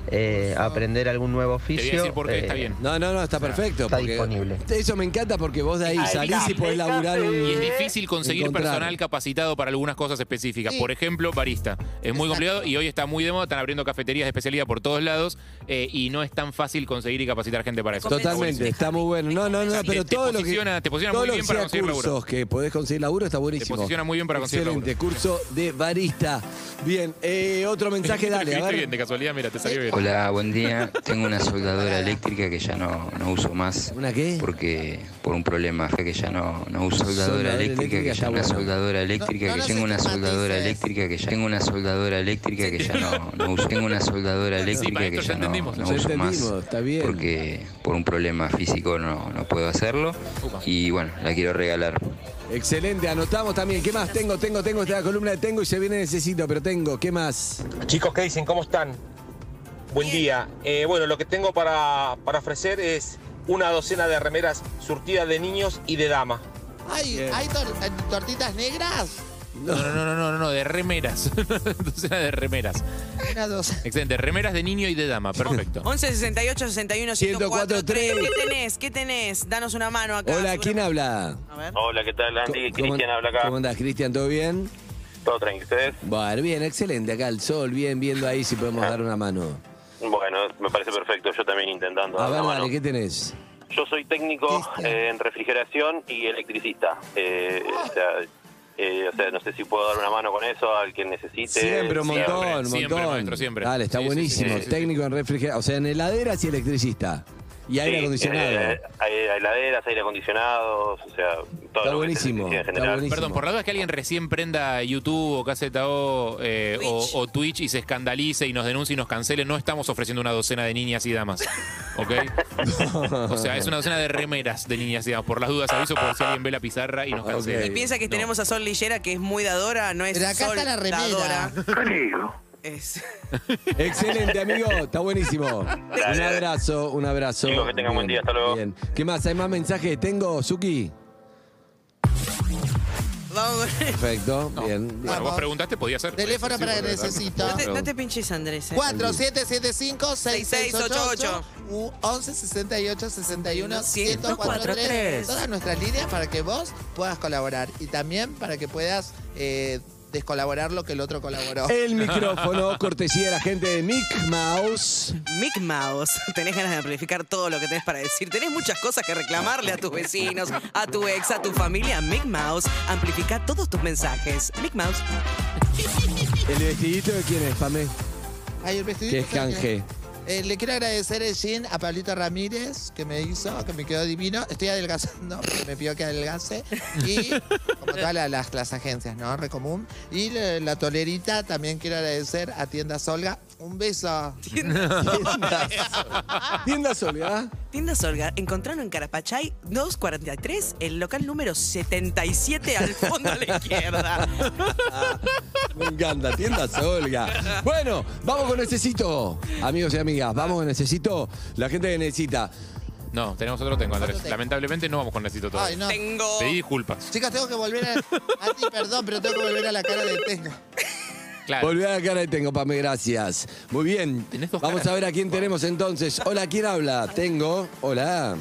O: eh, aprender algún nuevo
E: Te voy a
O: oficio.
E: decir por qué,
O: eh,
E: está bien.
C: No, no, no, está perfecto.
O: está
C: porque-
O: disponible.
C: Eso me encanta porque vos de ahí salís y podés laburar un...
E: Y es difícil conseguir
C: Encontrar.
E: personal capacitado para algunas cosas específicas.
D: Sí.
E: Por ejemplo, barista. Es muy complicado y hoy está muy de moda. Están abriendo cafeterías de especialidad por todos lados eh, y no es tan fácil conseguir y capacitar gente para eso.
C: Totalmente, está muy bueno. No, no, no,
E: Te-
C: pero
E: te
C: todo lo que.
E: posiciona- te posiciona
C: todo
E: muy
C: lo
E: bien
C: que
E: para
C: sea
E: conseguir laburo.
C: cursos que podés conseguir laburo está buenísimo.
E: Te posiciona muy bien para conseguir laburo.
C: Excelente, curso de barista. Bien, eh, otro mensaje, dale, a
E: Escribiste
C: ver.
E: bien, de casualidad, mira, te salió bien.
L: Hola, buen día. Tengo una soldadora eléctrica que ya no, no uso más
C: ¿Una qué?
L: porque por un problema fue que ya no, no uso soldadora,
C: Soldadora
L: eléctrica,
C: eléctrica
L: que
C: está
L: ya una
C: bueno.
L: soldadora eléctrica,
D: no
L: que
D: nos
L: tengo una soldadora
D: estigmatices.
L: eléctrica, que ya tengo una soldadora eléctrica que ya no, no uso. Tengo una soldadora eléctrica que
E: maestro, ya
L: ya no,
E: entendimos,
L: no
C: ya
L: uso más
C: entendimos, está bien.
L: porque por un problema físico no, no puedo hacerlo y bueno, la quiero regalar.
C: Excelente, anotamos también. ¿Qué más? Tengo, tengo, tengo esta columna de tengo y se viene necesito, pero tengo. ¿Qué más?
P: Chicos, ¿qué dicen? ¿Cómo están? Buen día. Eh, bueno, lo que tengo para, para ofrecer es una docena de remeras surtidas de niños y de dama.
D: Ay,
C: Bien.
D: ¿Hay tor- eh, tortitas negras?
E: No, no, no, no, no, no, de remeras. Entonces era de remeras.
D: Una, dos.
E: Excelente, remeras de niño y de dama, perfecto.
F: 11 68 61 104 3.
C: 104.3.
F: ¿Qué tenés? ¿Qué tenés? Danos una mano acá.
C: Hola, ¿quién
F: seguramente-
C: habla?
F: A ver.
P: Hola, ¿qué tal, Andy?
C: ¿Cómo-
P: Cristian habla acá.
C: ¿Cómo andás, Cristian? ¿Todo bien?
P: ¿Todo tranquilo? ¿Ustedes?
C: Bueno, bien, excelente. Acá el sol, bien, viendo ahí si
P: Ah.
C: podemos dar una mano.
P: Bueno, me parece perfecto. Yo también intentando.
C: A
P: dar
C: ver,
P: la mano.
C: dale, ¿qué tenés?
P: Yo soy técnico eh, en refrigeración y electricista. Eh, o, sea, eh, o sea, no sé si puedo dar una mano con eso al que necesite.
C: Siempre, un
P: Sí,
C: montón,
P: hombre.
C: un
E: siempre,
C: montón.
E: maestro, siempre.
C: Dale, está
E: Sí, sí,
C: buenísimo.
E: sí, sí, sí.
C: Técnico en refrigeración, o sea, en heladeras y electricista. Y aire
P: Sí,
C: acondicionado.
P: eh, eh, heladeras, aire acondicionados, o sea, todo
C: Está
P: lo que se
C: buenísimo,
P: necesite en
C: está
P: general.
C: buenísimo.
E: Perdón, por la duda es que alguien recién prenda YouTube o KZO eh, o,
F: Twitch.
E: o Twitch y se escandalice y nos denuncie y nos cancele, no estamos ofreciendo una docena de niñas y damas. ¿Ok? o sea, es una docena de remeras de niñas y damas. Por las dudas, aviso por si alguien ve la pizarra y nos cancela.
C: Ok.
F: Y piensa que
E: No.
F: tenemos a Sol Lillera, que es muy dadora, no es
D: Pero acá
F: Sol
D: está la remera.
F: dadora. Es-
C: Excelente, amigo. Está buenísimo. Un
P: Dale.
C: abrazo, un abrazo.
P: Chicos, que tengan
C: Bien,
P: buen día. Hasta luego.
C: Bien. ¿Qué más? ¿Hay más mensajes? ¿Tengo, Suki?
F: Vamos con-
C: Perfecto. Bien. bien.
E: Bueno, vos preguntaste, podía ser.
D: Teléfono para que necesito.
F: No te, no te pinches, Andrés. eh.
D: 4775-6688 u 1168-61-1043. Todas nuestras líneas para que vos puedas colaborar y también para que puedas eh, descolaborar lo que el otro colaboró.
C: El micrófono, cortesía de la gente de Mick Mouse.
F: Mick Mouse, tenés ganas de amplificar todo lo que tenés para decir. Tenés muchas cosas que reclamarle a tus vecinos, a tu ex, a tu familia. Mick Mouse, amplifica todos tus mensajes. Mick Mouse.
C: ¿El vestidito de quién es, Pamé?
D: Ay, el vestidito
C: Que es
D: ¿sabes qué?
C: canje.
D: Eh, le quiero agradecer el jean a Pablito Ramírez que me hizo, que me quedó divino. Estoy adelgazando, porque me pidió que adelgase. Y como todas la- las, las agencias, ¿no? Recomún. Y la, la tolerita, también quiero agradecer a Tiendas Olga. Un beso.
C: Tiendas Olga.
F: Tiendas Olga, encontraron en Carapachay 243, el local número 77 al fondo a la izquierda.
C: Me encanta, tiendas Olga. Bueno, vamos con Necesito, amigos y amigas. Vamos con Necesito, la gente que necesita.
E: No, tenemos otro tengo, Andrés. Lamentablemente no vamos con Necesito
F: Ah,
E: todo.
D: Ay, no. Tengo.
E: Pedí disculpas.
D: Chicas, tengo que volver a. A ti, perdón, pero tengo que volver a la cara de Tengo.
C: Volví a la cara de Tengo, Pame, gracias. Muy bien. Vamos a ver a quién tenemos entonces. Hola, ¿quién habla? Tengo. Hola.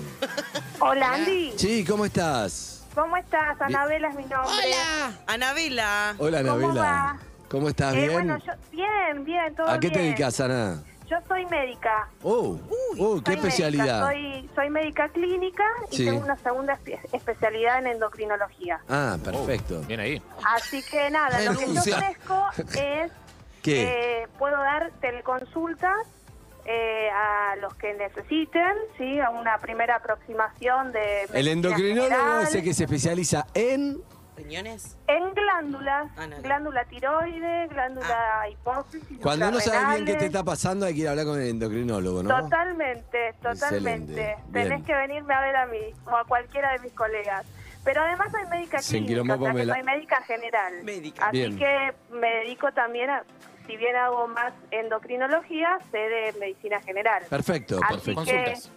Q: Hola, Andy.
C: Sí, ¿cómo estás?
Q: ¿Cómo estás? Anabela es mi nombre.
F: Hola. Anabela.
C: Hola, Anabela.
Q: va?
C: ¿Cómo estás?
Q: Eh,
C: ¿Bien?
Q: bueno, yo, bien, bien, todo
C: ¿A qué te
Q: bien.
C: dedicas, Ana?
Q: Yo soy médica.
C: Oh, oh, qué
Q: Soy médica,
C: especialidad.
Q: soy, soy médica clínica y
C: Sí.
Q: tengo una segunda espe- especialidad en endocrinología.
C: Ah, perfecto.
E: Oh, bien ahí.
Q: Así que nada, lo que yo
C: Renuncia.
Q: ofrezco es
C: ¿Qué?
Q: eh, puedo dar teleconsultas eh, a los que necesiten, sí, a una primera aproximación de
C: El
Q: medicina
C: endocrinólogo
Q: general,
C: ese que se especializa en.
F: ¿Riñones? Ah,
Q: en glándulas,
F: no, Ah. no.
Q: glándula tiroide, glándula hipófisis,
C: Cuando uno sabe bien qué te
Q: renales.
C: está pasando, hay que ir a hablar con el endocrinólogo, ¿no?
Q: Totalmente, totalmente.
C: Excelente, bien.
Q: Tenés que venirme a ver a mí o a cualquiera de mis colegas. Pero además soy médica
C: Se
Q: clínica,
C: enquilombó
Q: o sea que
C: Pamela.
Q: soy médica general. Así
C: Bien.
Q: que me dedico también a, si bien hago más endocrinología, sé de medicina general.
C: Perfecto,
Q: Así
C: perfecto.
Q: que
C: Consultas.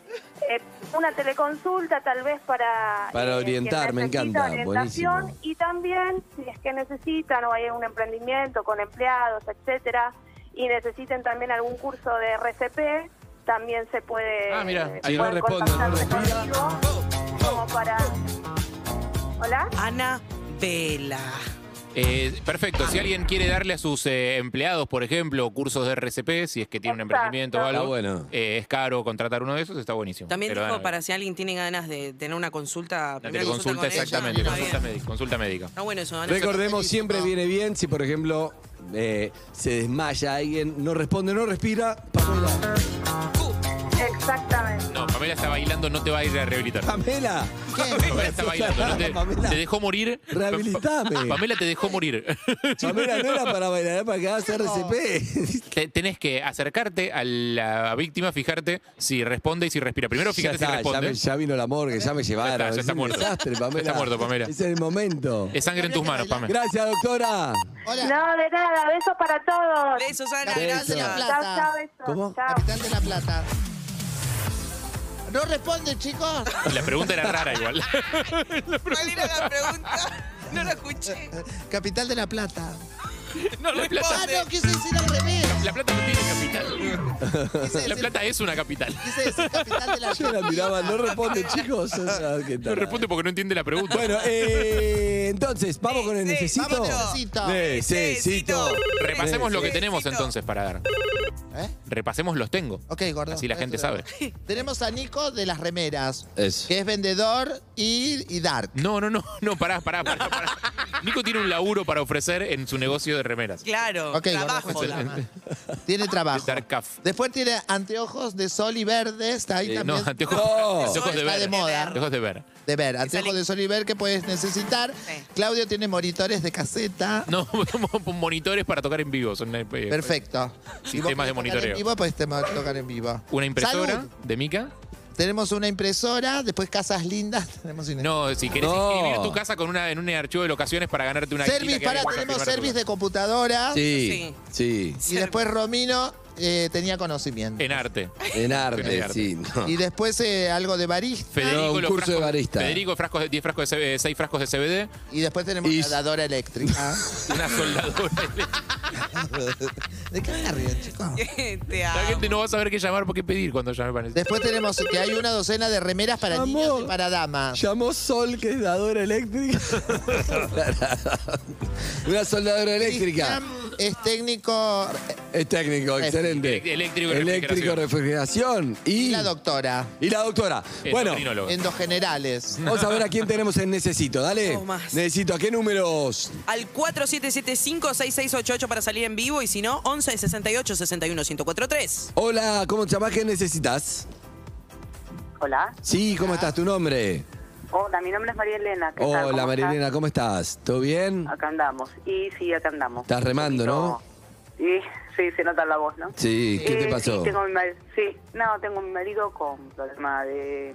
Q: eh, una teleconsulta tal vez para...
C: Para
Q: eh,
C: orientar,
Q: quien
C: me
Q: necesita
C: encanta,
Q: orientación.
C: buenísimo.
Q: Y también, si es que necesitan o hay un emprendimiento con empleados, etcétera, y necesiten también algún curso de RCP, también se puede...
C: Ah, mira,
Q: eh,
C: ahí no
Q: pueden
C: responde, no
Q: contactarse conmigo como para... ¿Hola?
F: Ana Vela.
E: Eh, perfecto,
F: Ah.
E: si alguien quiere darle a sus eh, empleados, por ejemplo, cursos de RCP, si es que tiene un emprendimiento o algo,
C: Está Ah, bueno.
E: eh, es caro contratar uno de esos, está buenísimo.
F: También
E: Pero
F: dijo
E: dan-
F: para si alguien tiene ganas de tener una consulta.
E: la
F: primera consulta
E: teleconsulta,
F: con ella.
E: exactamente,
F: Está
E: consulta,
F: bien.
E: médica, consulta médica.
F: Está bueno eso, Ana.
C: Recordemos, siempre viene bien si, por ejemplo, eh, se desmaya alguien, no responde, no respira. Pamela,
Q: Exactamente.
E: No, Pamela está bailando, no te va a ir a rehabilitar.
C: Pamela,
E: Pamela está bailando, no te, te dejó morir.
C: Rehabilitame.
E: Pamela te dejó morir.
C: Pamela no era para bailar, era para que hagas RCP.
E: Te- tenés que acercarte a la víctima, fijarte si responde y si respira. Primero
C: ya,
E: fíjate si
C: está, ya,
E: responde.
C: me- ya vino la morgue, ya me llevaron.
E: ya está
C: es un
E: muerto.
C: desastre,
E: Ya está
C: Pamela.
E: muerto, Pamela.
C: Es el momento.
E: Es sangre en tus manos, Pamela.
C: Gracias, doctora.
Q: No, de nada, besos para todos.
F: Besos, Ana,
C: Besos. gracias.
Q: Chao, chao, besos.
C: ¿Cómo?
Q: Chao.
D: Capital de la Plata. No responde, chicos.
E: La pregunta era rara igual.
F: ¿Cuál era la pregunta? No la escuché.
D: Capital de la Plata.
E: No, la
D: Ah,
E: plata.
D: no, quise decir al revés.
E: La plata no tiene capital. La plata es una capital.
D: Quise decir capital de la
C: Yo la miraba, no responde, chicos. o sea, ¿qué
E: No
C: tal?
E: responde porque no entiende la pregunta.
C: Bueno, eh, entonces, vamos con el necesito.
D: vamos, necesito.
C: Necesito.
E: Repasemos lo que
C: Necesito.
E: tenemos entonces para dar.
D: ¿Eh?
E: Repasemos los tengo.
D: Ok, gordo.
E: Así la gente sabe.
D: Tenemos a Nico de las remeras,
C: Es.
D: que es vendedor y, y dark.
E: No, no, no, no, pará, pará, pará, pará. Nico tiene un laburo para ofrecer en su negocio de remeras.
F: Claro,
D: Ok,
F: trabajo.
D: gordo, Tiene trabajo.
E: Dark Caf.
D: Después tiene anteojos de sol y verde. Está ahí
E: Eh, no,
D: también.
E: anteojos,
C: No.
E: anteojos de
D: Está
E: ver.
D: de moda.
E: Anteojos de ver.
D: De ver, anteojos de sol y ver que puedes necesitar. Claudio tiene monitores de caseta.
E: No, monitores para tocar en vivo. Son eh,
D: Perfecto. Si
E: sistemas
D: vos
E: de
D: podés tocar En
E: monitoreo.
D: vivo, pues te va a tocar en vivo.
E: Una impresora
D: Salud.
E: de Mica.
D: Tenemos una impresora, después casas lindas. Tenemos una...
E: No, si querés
C: No.
E: escribir tu casa con una, en un archivo de locaciones para ganarte una guita
D: Service,
E: que
D: pará,
E: alguien vaya a
D: tenemos
E: firmar
D: service de computadora.
C: Sí, sí.
D: Y después Romino eh, tenía conocimiento.
E: tu- En arte.
C: En
E: En
C: arte,
E: arte.
C: sí. no.
D: Y después eh, algo de barista.
E: Federico,
C: No, un
E: los
C: curso de
E: frascos-
C: barista.
E: Federico, frascos de 10 frascos de CBD, 6 frascos de CBD,
D: Y después tenemos
C: Y- Ah.
D: una dadora eléctrica.
E: una soldadora. eléctrica.
D: ¿De qué me ríen, chicos?
F: Te
E: La
F: amo.
E: gente no va a saber qué llamar, por qué pedir cuando llame para eso.
D: Después tenemos que hay una docena de remeras para niños
C: Amor.
D: y para damas.
C: Llamó Sol, que es dadora eléctrica. Una soldadora eléctrica.
D: Cristian es técnico
C: Es técnico, excelente.
E: Elec- eléctrico y
C: Eléctrico, refrigeración. Y,
D: la doctora.
C: Y la doctora. Bueno,
D: Endogenerales.
C: vamos a ver a quién tenemos en Necesito. Dale.
F: Dos más.
C: Necesito, ¿a qué números?
F: Al 4775-6688 para salir en vivo y si no, 1168-61-1043.
C: Hola, ¿cómo te llamás? ¿Qué necesitas?
R: Hola.
C: Sí, ¿cómo estás? ¿Tu nombre?
R: Hola, mi nombre es María Elena. ¿qué tal? ¿Cómo
C: Hola,
R: estás?
C: Marilena, ¿cómo estás? ¿Todo bien?
R: Acá andamos. Y sí, acá andamos.
C: Estás remando, ¿no?
R: Sí, sí, se nota la voz, ¿no?
C: Sí, ¿qué
R: Eh,
C: te pasó?
R: Sí, tengo mi mar- sí, no, tengo mi marido con problemas de,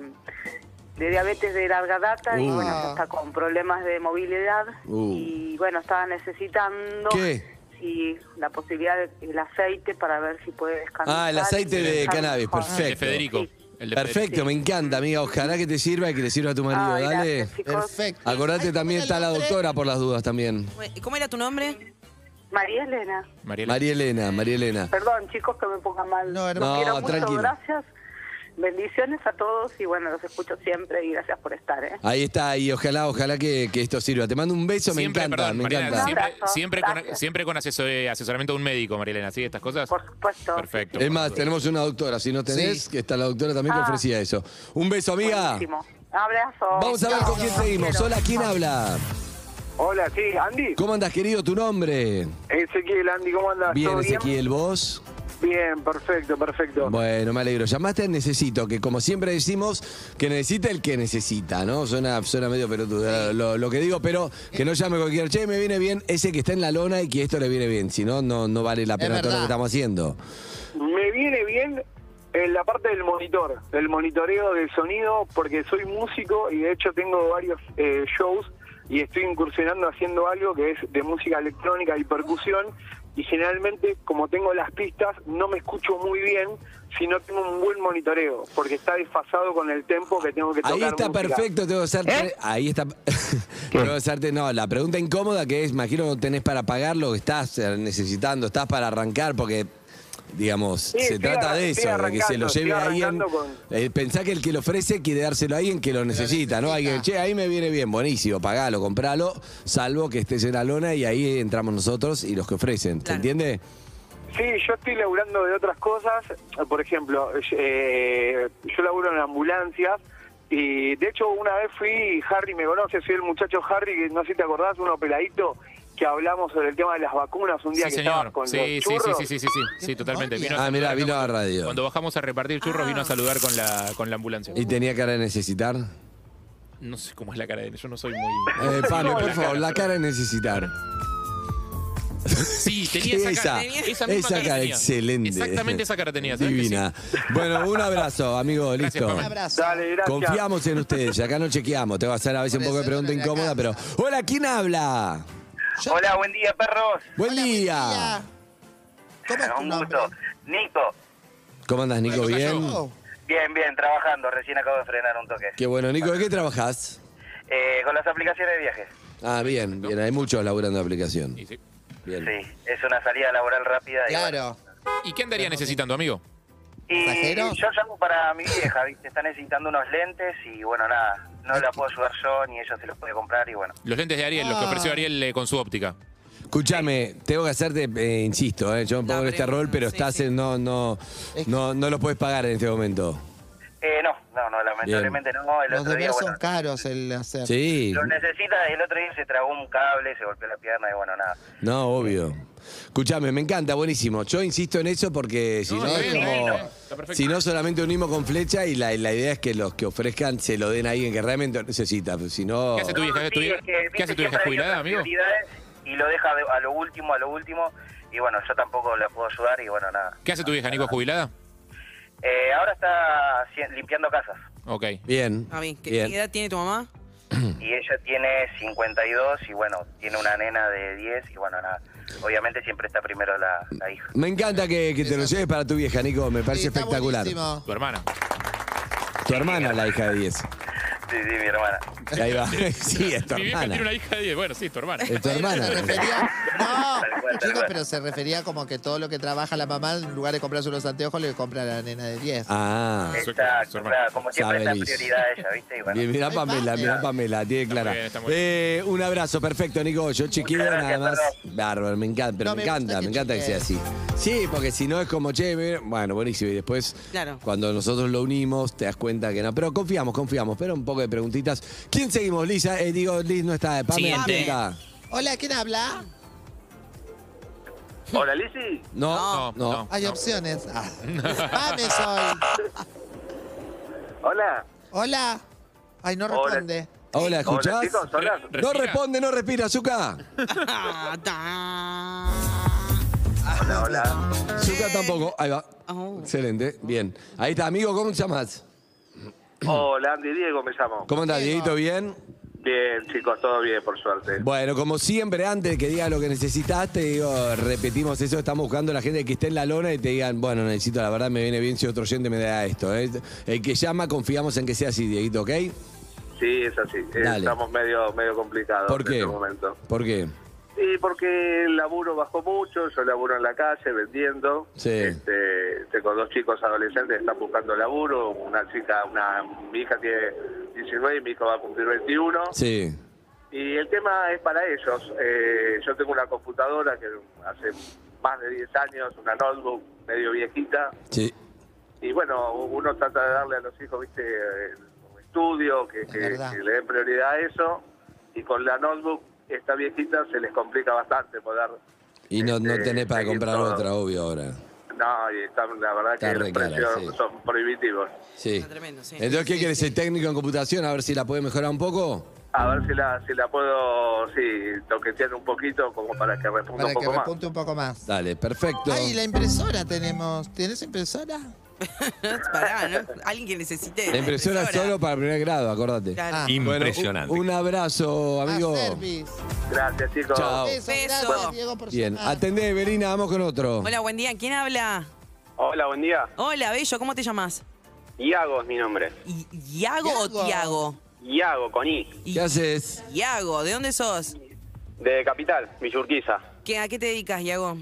R: de diabetes de larga data y
C: Uh.
R: bueno, ya está con problemas de movilidad
C: Uh.
R: y bueno, estaba necesitando
C: ¿Qué?
R: si la posibilidad del aceite para ver si puede descansar.
C: Ah, el aceite
R: y
C: de
R: descansar
C: cannabis,
R: mejor.
C: perfecto.
E: de
C: Perfecto, me encanta, amiga. Ojalá que te sirva y que le sirva a tu marido.
F: Ay,
C: Dale.
F: gracias, chicos. Perfecto.
C: Acordate, también está la
F: nombre.
C: doctora por las dudas también.
F: ¿Cómo era tu nombre?
R: María Elena.
C: María Elena. María Elena,
R: Perdón, chicos, que me ponga mal. No,
C: hermano.
R: quiero
C: No,
R: mucho,
C: tranquila.
R: gracias. Bendiciones a todos y bueno, los escucho siempre y gracias por estar, ¿eh?
C: Ahí está, y ojalá, ojalá que, que esto sirva. Te mando un beso,
E: Siempre,
C: me encanta,
E: perdón,
C: me
E: Marielena,
C: encanta.
E: siempre, siempre con, siempre con asesor- asesoramiento de un médico, Marilena, ¿sí? ¿Estas cosas? Por
R: supuesto.
E: Perfecto.
C: Es más, tenemos una doctora, si no tenés, que está la doctora también
R: Ah.
C: que ofrecía eso. Un beso, amiga.
R: Buenísimo. Abrazo.
C: Vamos a ver con quién seguimos. Hola, ¿quién habla?
G: Hola, sí, Andy.
C: ¿Cómo andas, querido? ¿Tu nombre?
G: Ezequiel, Andy, ¿cómo andás?
C: Bien,
G: ¿Todo
C: Ezequiel, ¿vos?
G: Bien, perfecto, perfecto.
C: Bueno, me alegro. Llamaste al Necesito, que como siempre decimos, que necesita el que necesita, ¿no? Suena, suena medio pelotudo lo, lo que digo, pero que no llame cualquier, che, me viene bien ese que está en la lona y que esto le viene bien. Si no, no, no vale la pena todo lo
G: verdad.
C: que estamos haciendo.
G: Me viene bien en la parte del monitor, del monitoreo del sonido, porque soy músico y de hecho tengo varios eh, shows y estoy incursionando haciendo algo que es de música electrónica y percusión. Y generalmente, como tengo las pistas, no me escucho muy bien si no tengo un buen monitoreo, porque está desfasado con el tempo que tengo que tocar.
C: Ahí está
G: música.
C: perfecto, tengo que hacerte. Ahí está. tengo que hacerte. No, la pregunta incómoda que es: imagino no tenés para pagar lo que estás eh, necesitando, estás para arrancar, porque. Digamos,
G: Sí,
C: se
G: estoy
C: trata
G: arran-
C: de
G: estoy
C: eso, de que se
G: arrancando,
C: lo lleve a
G: estoy
C: alguien.
G: arrancando
C: eh, pensá que el que lo ofrece quiere dárselo a alguien que lo necesita, ¿no? Alguien, che, ahí me viene bien, buenísimo, pagalo, compralo, salvo que estés en la lona y ahí entramos nosotros y los que ofrecen. ¿Se entiende?
G: Sí, yo estoy laburando de otras cosas. Por ejemplo, eh, yo laburo en ambulancias. Y de hecho, una vez fui, y Harry me conoce, soy el muchacho Harry, que no sé si te acordás, uno peladito, que hablamos sobre el tema de las vacunas un día
E: Sí,
G: que estabas
E: señor.
G: con
E: Sí,
G: los
E: sí, sí,
G: churros.
E: sí, sí, sí, sí, sí, totalmente. Vino a
C: Ah, mirá,
E: saludar
C: vino a
E: acá
C: la
E: cuando-
C: radio.
E: Cuando bajamos a repartir churros, vino a saludar con la, con la ambulancia.
C: ¿Y tenía cara de necesitar?
E: No sé cómo es la cara de él, yo no soy muy...
C: Eh, Pame,
E: No,
C: por
E: la
C: favor,
E: cara,
C: la
E: pero-
C: cara de necesitar.
E: Sí, tenía
C: ¿Qué
E: esa, cara.
C: esa?
E: tenía esa misma
C: Esa cara
E: tenía.
C: excelente.
E: Exactamente esa cara tenía. ¿sabes que
C: Divina. Bueno, un abrazo, amigo, listo.
D: abrazo.
G: Dale, gracias.
C: Confiamos en ustedes, acá no chequeamos. Te va a hacer a veces un poco de pregunta incómoda, pero. Hola, ¿quién habla?
S: Hola, buen día, perros.
C: Buen día.
S: Un gusto. Nico.
C: ¿Cómo andas, Nico? ¿Bien?
S: Bien, bien, trabajando. Recién acabo de frenar un toque.
C: Qué bueno, Nico, ¿de qué trabajás?
S: Eh, con las aplicaciones de viajes.
C: Ah, bien, bien, hay muchos laburando de aplicación. Bien.
S: Sí, es una salida laboral rápida. y
E: Claro. ¿Y qué andaría necesitando, amigo?
S: Y
E: ¿Pasajero?
S: yo llamo para mi vieja, ¿viste? Está necesitando unos lentes y bueno, nada, no la puedo ayudar yo ni ella se los puede comprar y bueno.
E: Los lentes de Ariel, los que ofreció Ariel eh, con su óptica.
C: Escúchame, tengo que hacerte, eh, insisto, eh, yo me pongo en este rol, pero estás en- no, no, no, no lo puedes pagar en este momento.
S: Eh, no, no, no, lamentablemente no. El
D: Los
S: otro día,
D: deberes son
S: bueno,
D: caros el hacer.
C: Sí.
S: lo necesita, el otro día se tragó un cable, se golpeó la pierna y bueno, nada.
C: No, obvio. Escuchame, me encanta, buenísimo. Yo insisto en eso porque si no,
S: está
C: es
S: bien,
C: como-
S: está bien, está perfecto.
C: si no solamente unimos con flecha y la, la idea es que los que ofrezcan se lo den a alguien que realmente lo necesita. pues, Si no,
E: ¿Qué hace tu vieja? ¿Es tu
S: Sí,
E: vieja-
S: es que, viste,
E: ¿Qué hace tu vieja
S: siempre hay
E: jubilada,
S: otras
E: amigo?
S: prioridades Y lo deja de- a lo último, a lo último. Y bueno, yo tampoco la puedo ayudar y bueno, nada.
E: ¿Qué hace tu vieja, Nico? ¿Jubilada?
S: Eh, ahora está haci- limpiando casas.
E: Ok.
C: Bien.
F: A mí, ¿qué,
E: Bien.
F: qué edad tiene tu mamá?
S: Y ella tiene 52 y bueno, tiene una nena de 10 y bueno, nada. Obviamente siempre está primero la, la hija.
C: me encanta que, que te lo lleves para tu vieja, Nico. Me parece espectacular.
E: Tu hermana.
C: Tu hermana, la hija de 10.
S: Sí, sí, mi hermana.
C: Ahí va. Sí, es tu
E: Mi vieja tiene
C: hermana.
E: una hija de 10. Bueno, sí, tu hermana.
C: Es tu hermana.
S: Tal cual. cual, tal
D: Chico,
S: cual.
D: pero se refería como que todo lo que trabaja la mamá, en lugar de comprarse unos anteojos, le compra a la nena de 10.
C: Ah.
S: Exacto, claro, como siempre es la
C: Sabelis.
S: prioridad de ella, ¿viste? Y bueno.
C: Bien, mirá Pamela, mirá Pamela, tiene clara.
S: bien, está muy
C: Eh, un abrazo, perfecto, Nico. Yo chequeo nada más. Bárbaro, me encanta, pero
S: No,
C: me,
S: me gusta
C: encanta,
S: que
C: me encanta que sea así. Sí, porque si no es como, che, me- bueno, buenísimo. Y después,
F: Claro.
C: cuando nosotros lo unimos, te das cuenta que no. Pero confiamos, confiamos. Pero un poco de preguntitas. ¿Quién seguimos, Lisa? Eh, digo, Liz no está. eh, Pamela,
D: Siguiente.
C: ¿quién está?
D: Hola, ¿quién habla?
S: Hola, Lizzy.
C: No, no.
D: Hay opciones. Ah. Pame soy.
S: Hola.
D: Hola. Ay, no
S: Hola.
D: responde.
C: Hola, ¿escuchás?
S: Hola, chicos, hola.
C: no responde, no respira, Zuka.
S: Hola, hola.
C: Zuka tampoco. Ahí va. Excelente, bien. Ahí está, amigo, ¿cómo te llamas?
G: Hola, Andy Diego me llamo.
C: ¿Cómo andás, Dieguito? ¿Bien?
G: Bien, chicos, todo bien, por suerte.
C: Bueno, como siempre, antes de que digas lo que necesitas, te digo, repetimos eso, estamos buscando a la gente que esté en la lona y te digan, bueno, necesito, la verdad me viene bien si otro oyente me da esto. ¿eh? El que llama, confiamos en que sea así, Dieguito, ¿ok?
G: Sí, es así. Eh,
C: Dale.
G: Estamos medio, medio complicados
C: ¿Por
G: en
C: qué?
G: este momento.
C: ¿Por qué?
G: Y porque el laburo bajó mucho, yo laburo en la calle vendiendo.
C: Sí.
G: Este, tengo dos chicos adolescentes que están buscando laburo. Una chica, una, mi hija tiene 19 y mi hijo va a cumplir 21.
C: Sí.
G: Y el tema es para ellos. Eh, yo tengo una computadora que hace más de 10 años, una notebook medio viejita.
C: Sí.
G: Y bueno, uno trata de darle a los hijos, viste, eh, un estudio, que, que-
D: verdad.
G: que le den prioridad a eso. Y con la notebook, esta viejita, se les complica bastante poder...
C: Y no, no
G: Este,
C: tenés para
G: seguir
C: comprar
G: todo.
C: otra, obvio, ahora.
G: No, y están, la verdad
C: Está
G: que los
C: re cara,
G: precios
C: sí.
G: son prohibitivos.
C: Sí.
F: Tremendo, sí.
C: Entonces, ¿qué querés? ¿El técnico en computación? A ver si la puede mejorar un poco.
G: A ver si la, si la puedo, sí, toquetear un poquito como para que responda
D: Para
G: un
D: que
G: poco más.
D: repunte un poco más.
C: Dale, perfecto.
D: Ay, la impresora tenemos. ¿Tienes impresora?
F: Pará, ¿no? Alguien que necesite.
C: La impresora solo para primer grado, acordate.
F: Claro. Ah.
C: Bueno, un-
N: Impresionante.
C: un, abrazo, amigo.
D: Service.
G: Gracias, chicos.
C: Chao.
D: Besos,
F: Beso.
D: gracias, Diego, por
C: Bien,
D: llamar.
C: atendé, Evelina, vamos con otro.
F: Hola, buen día. ¿Quién habla?
G: Hola, buen día.
F: Hola, Bello. ¿Cómo te llamas?
G: Iago es mi nombre.
F: ¿Iago o Tiago?
G: Iago, con I.
C: ¿Qué haces?
F: Iago, ¿de dónde sos?
G: De Capital, Villurquiza.
F: ¿Qué, ¿A qué te dedicas, Iago?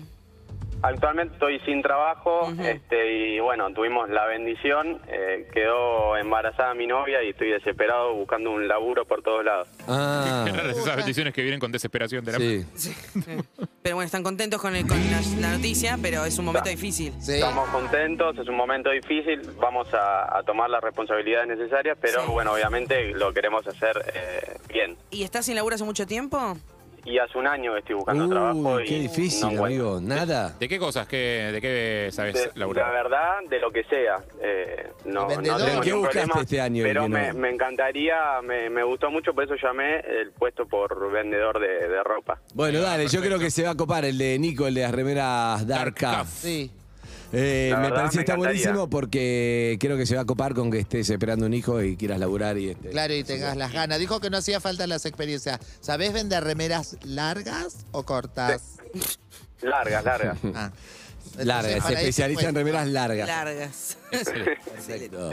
G: Actualmente estoy sin trabajo este, y bueno, tuvimos la bendición. eh, quedó embarazada mi novia y estoy desesperado buscando un laburo por todos lados.
C: Ah.
E: Qué raras esas bendiciones que vienen con desesperación de la
C: Sí.
F: Pero bueno, están contentos con, el- con la, la noticia, pero es un momento difícil.
D: Sí.
G: Estamos contentos, es un momento difícil, vamos a, a tomar las responsabilidades necesarias, pero bueno, obviamente lo queremos hacer eh, bien.
F: ¿Y estás sin laburo hace mucho tiempo?
G: Y hace un año que estoy buscando trabajo
C: Uy,
G: y
C: Uh, qué
G: no
C: difícil,
G: encuentro.
C: amigo. Nada.
E: ¿De qué cosas? ¿Qué, ¿De qué sabes,
G: De- la
E: Laura?
G: verdad, de lo que sea. Eh, no, no
D: Vendedor.
G: tengo
C: ¿Qué
G: ningún
C: buscaste
G: problema,
C: este año,
G: Pero
C: Emiliano?
G: me, me encantaría, me, me gustó mucho, por eso llamé el puesto por vendedor de, de ropa.
C: Bueno, dale, yo creo que se va a copar el de Nico, el de las remeras Dark Cuff.
D: Sí.
C: Eh,
G: La
C: me
G: verdad,
C: parece que
G: me
C: está
G: encantaría.
C: buenísimo porque creo que se va a copar con que estés esperando un hijo y quieras laburar y este.
D: Claro, y tengas las ganas. Dijo que no hacía falta las experiencias. ¿Sabés vender remeras largas o cortas?
G: Largas, largas.
D: Ah. Entonces,
C: Largas, se
D: para
C: especializa en
D: eso,
C: remeras largas.
F: Largas.
C: Perfecto.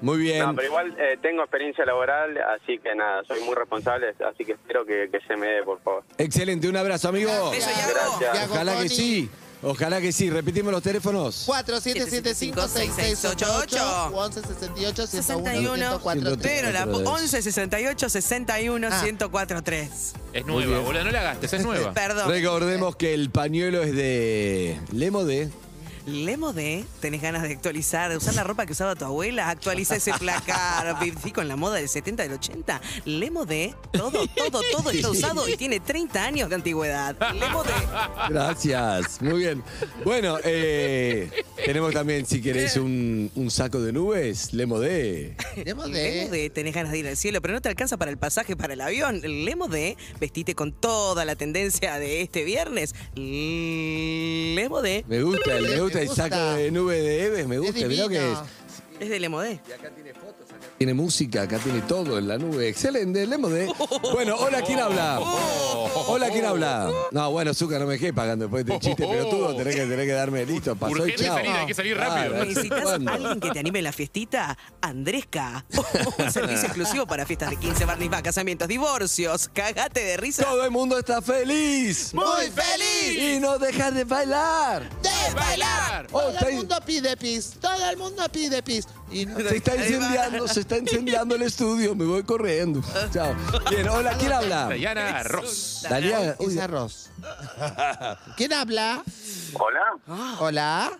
C: Muy bien.
G: No, pero igual eh, tengo experiencia laboral, así que nada, soy muy responsable, así que espero que, que se me dé, por favor.
C: Excelente, un abrazo, amigo.
F: Beso, Iago.
G: Gracias.
D: Iago
C: Ojalá que
D: Coni.
C: sí. Ojalá que sí. Repetimos los teléfonos.
D: 4775-6688 o 1168 101
F: Pero la
C: 4-3.
F: 11 68 61
D: Ah.
F: 1043.
E: Es
C: Muy
E: nueva,
C: bien.
E: boludo. No la gastes, es nueva.
F: Perdón.
C: Recordemos que el pañuelo es de Lemo de.
F: Lemo de, tenés ganas de actualizar, de usar la ropa que usaba tu abuela, actualiza ese placar, viví con la moda del 70, del 80. Lemo de, todo, todo, todo está usado y tiene 30 años de antigüedad. Lemo de.
C: Gracias. Muy bien. Bueno, eh, tenemos también, si queréis, un, un saco de nubes, Lemo de.
D: Lemo
F: Lemo
D: de.
F: de, tenés ganas de ir al cielo, pero no te alcanza para el pasaje para el avión. Lemo de, vestite con toda la tendencia de este viernes. Lemo de,
C: Me gusta, me gusta el
D: gusta.
C: saco de nube de Eves, me
D: Es
C: gusta, mirá lo que es.
D: divino.
F: es de Lemo de.
C: acá tiene fotos, acá Tiene música, acá tiene todo en la nube. Excelente, hablemos de. Bueno, hola, ¿quién habla? Hola, ¿quién habla? No, bueno, Zuka, no me dejé pagando después de este chiste pelotudo. Tenés que, tenés que darme listo, pasó y
E: Urgente
C: chao. Ah,
E: salir, hay que salir
C: Claro,
E: rápido.
F: ¿Necesitas
C: ¿cuándo?
F: alguien que te anime la fiestita? Andresca. Un servicio exclusivo para fiestas de 15, barniz, casamientos, divorcios. Cagate de risa.
C: Todo el mundo está feliz.
D: ¡Muy feliz!
C: Y no dejas de bailar.
D: ¡De bailar!
C: Oh,
D: Todo
C: está
D: el
C: ahí.
D: mundo pide pis. Todo el mundo pide pis. Y no-
C: Se está
D: Ahí va.
C: incendiando, se está incendiando el estudio. Me voy corriendo. Chao. Bien, hola, ¿quién habla?
E: Dayana Ross.
C: Daliana, uy,
D: Es arroz. ¿Quién habla? ¿Ah?
G: Hola.
F: Ah.
D: Hola.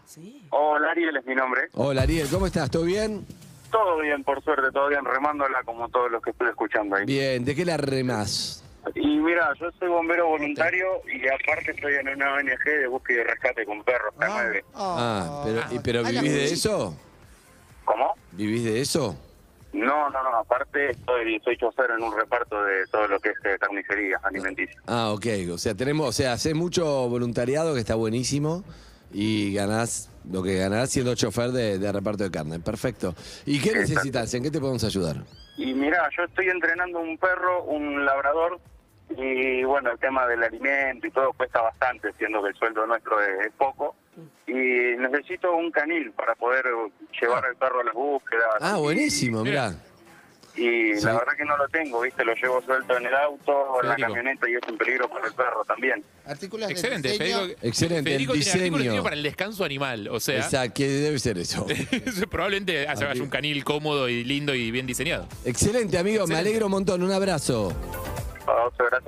G: Hola, Ariel es mi nombre.
C: Hola, Ariel, ¿cómo estás? ¿Todo bien?
G: Todo bien, por suerte, todo bien, remándola como todos los que estoy escuchando ahí.
C: Bien, ¿de qué la remás?
G: Y mira, yo soy bombero voluntario y aparte estoy en una ONG de búsqueda y rescate con perros, la 9.
C: Ah, pero, y- pero
G: Oh. Ay, la
C: ¿vivís de
G: cuchilla.
C: eso?
G: ¿Cómo?
C: ¿Vivís de eso?
G: No, no, no, aparte estoy, soy chocero en un reparto de todo lo que es eh, carnicería alimenticia.
C: Ah, ok. O sea, tenemos, o sea, haces mucho voluntariado que está buenísimo y ganás lo que ganás siendo chofer de, de reparto de carne. Perfecto. ¿Y qué
G: Exacto.
C: necesitas? ¿En qué te podemos ayudar?
G: Y mira, yo estoy entrenando un perro, un labrador, y bueno, el tema del alimento y todo cuesta bastante, siendo que el sueldo nuestro es, es poco. Y necesito un canil para poder eh, llevar al perro a las búsquedas.
C: Ah, buenísimo, mirá.
G: Y
C: Sí.
G: la verdad que no lo tengo, ¿viste? Lo llevo suelto en el auto, en la
C: Federico.
G: camioneta y es un peligro para el perro también.
T: Ah.
D: Artículos
E: Excelente,
D: de diseño.
E: Federico.
C: Excelente,
E: Federico
C: el
E: tiene artículos
C: diseño.
E: de diseño para el descanso animal, o sea,
C: Exacto, que debe ser eso. Ah,
E: probablemente haya haya un canil cómodo y lindo y bien diseñado.
C: Excelente, amigo. Me
E: Excelente.
C: alegro un montón. Un abrazo.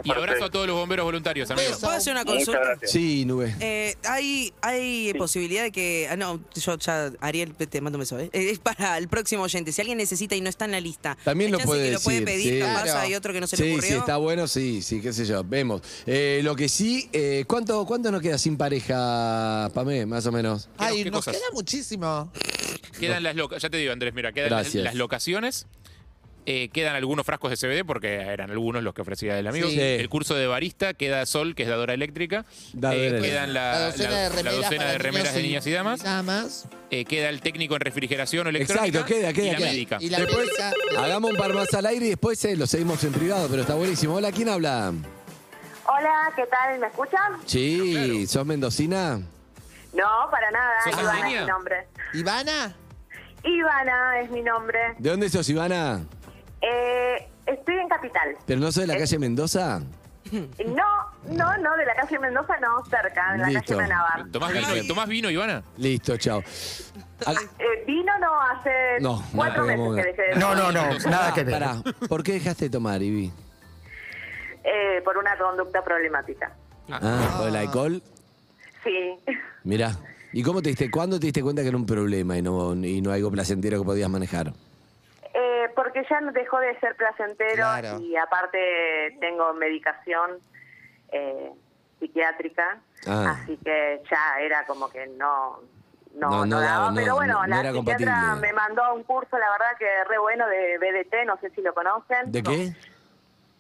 E: Y abrazo a todos los bomberos voluntarios, amigo.
F: ¿Puedo hacer una consulta?
C: Sí, Nube.
F: Eh, hay hay posibilidad de que. ah, no, yo ya, Ariel, te mando un beso. ¿eh? Eh, Es para el próximo oyente. Si alguien necesita y no está en la lista,
C: También
F: hay
C: lo
F: chance
C: puede
F: Este que
C: decir.
F: lo puede pedir.
C: sí.
F: capaz hay otro que no se
C: sí,
F: le
C: Sí,
F: ocurrió.
C: está bueno, sí, sí, qué sé yo. Vemos. Eh, lo que sí, eh, ¿cuánto, ¿cuánto nos queda sin pareja, Pamé, más o menos?
D: Ay,
E: ¿Qué
D: nos
E: cosas?
D: queda muchísimo.
E: Quedan las loca- ya te digo, Andrés, mira, quedan las,
C: Gracias.
E: las locaciones. eh, quedan algunos frascos de CBD porque eran algunos los que ofrecía el amigo.
C: Sí.
E: El curso de barista, queda Sol, que es dadora eléctrica.
C: Dadora
E: Eh,
C: eléctrica.
E: quedan la,
D: La docena
E: la-
D: de
E: la
D: remeras,
E: docena
D: para
E: de remeras de niñas y damas.
D: Damas.
E: Eh, queda el técnico en refrigeración o electrónica.
C: Exacto, queda, queda.
E: Y la
C: queda.
E: médica.
D: Y la
C: Después,
D: médica.
C: hagamos un par más al aire y después eh, lo seguimos en privado, pero está buenísimo. Hola, ¿quién habla?
U: Hola, ¿qué tal? ¿Me escuchan?
C: Sí, ¿sos mendocina?
U: No, para nada.
E: ¿Sos
U: Ivana
E: sanguínea?
U: es mi nombre.
D: ¿Ivana?
U: Ivana es mi nombre.
C: ¿De dónde sos, Ivana?
U: Eh, estoy en Capital.
C: ¿Pero no sos de
U: Eh.
C: la calle Mendoza?
U: No, no, no, de la calle Mendoza no, cerca, de la
C: Listo.
U: calle Manabar.
E: ¿Tomás vino, ¿Tomás vino, Ivana?
C: Listo, chao. Ah,
U: Eh, vino no hace
C: No,
U: cuatro
C: nada,
U: meses que dejé de
O: No, no, no, nada que ver.
C: Pará, ¿por qué dejaste de tomar, Ivi?
U: Eh, por una conducta problemática.
C: Ah, ¿por el alcohol?
U: Sí.
C: Mirá. ¿Y cómo te diste, cuándo te diste cuenta que era un problema y no, y no algo placentero que podías manejar?
U: Eh, porque ya no dejó de ser placentero
C: Claro.
U: y aparte tengo medicación eh, psiquiátrica,
C: Ah.
U: así que ya era como que no no,
C: No,
U: no,
C: no
U: daba,
C: daba, no,
U: pero bueno,
C: no, no
U: la
C: era
U: psiquiatra
C: compatible.
U: me mandó a un curso, la verdad que re bueno de BDT, no sé si lo conocen.
C: ¿De qué?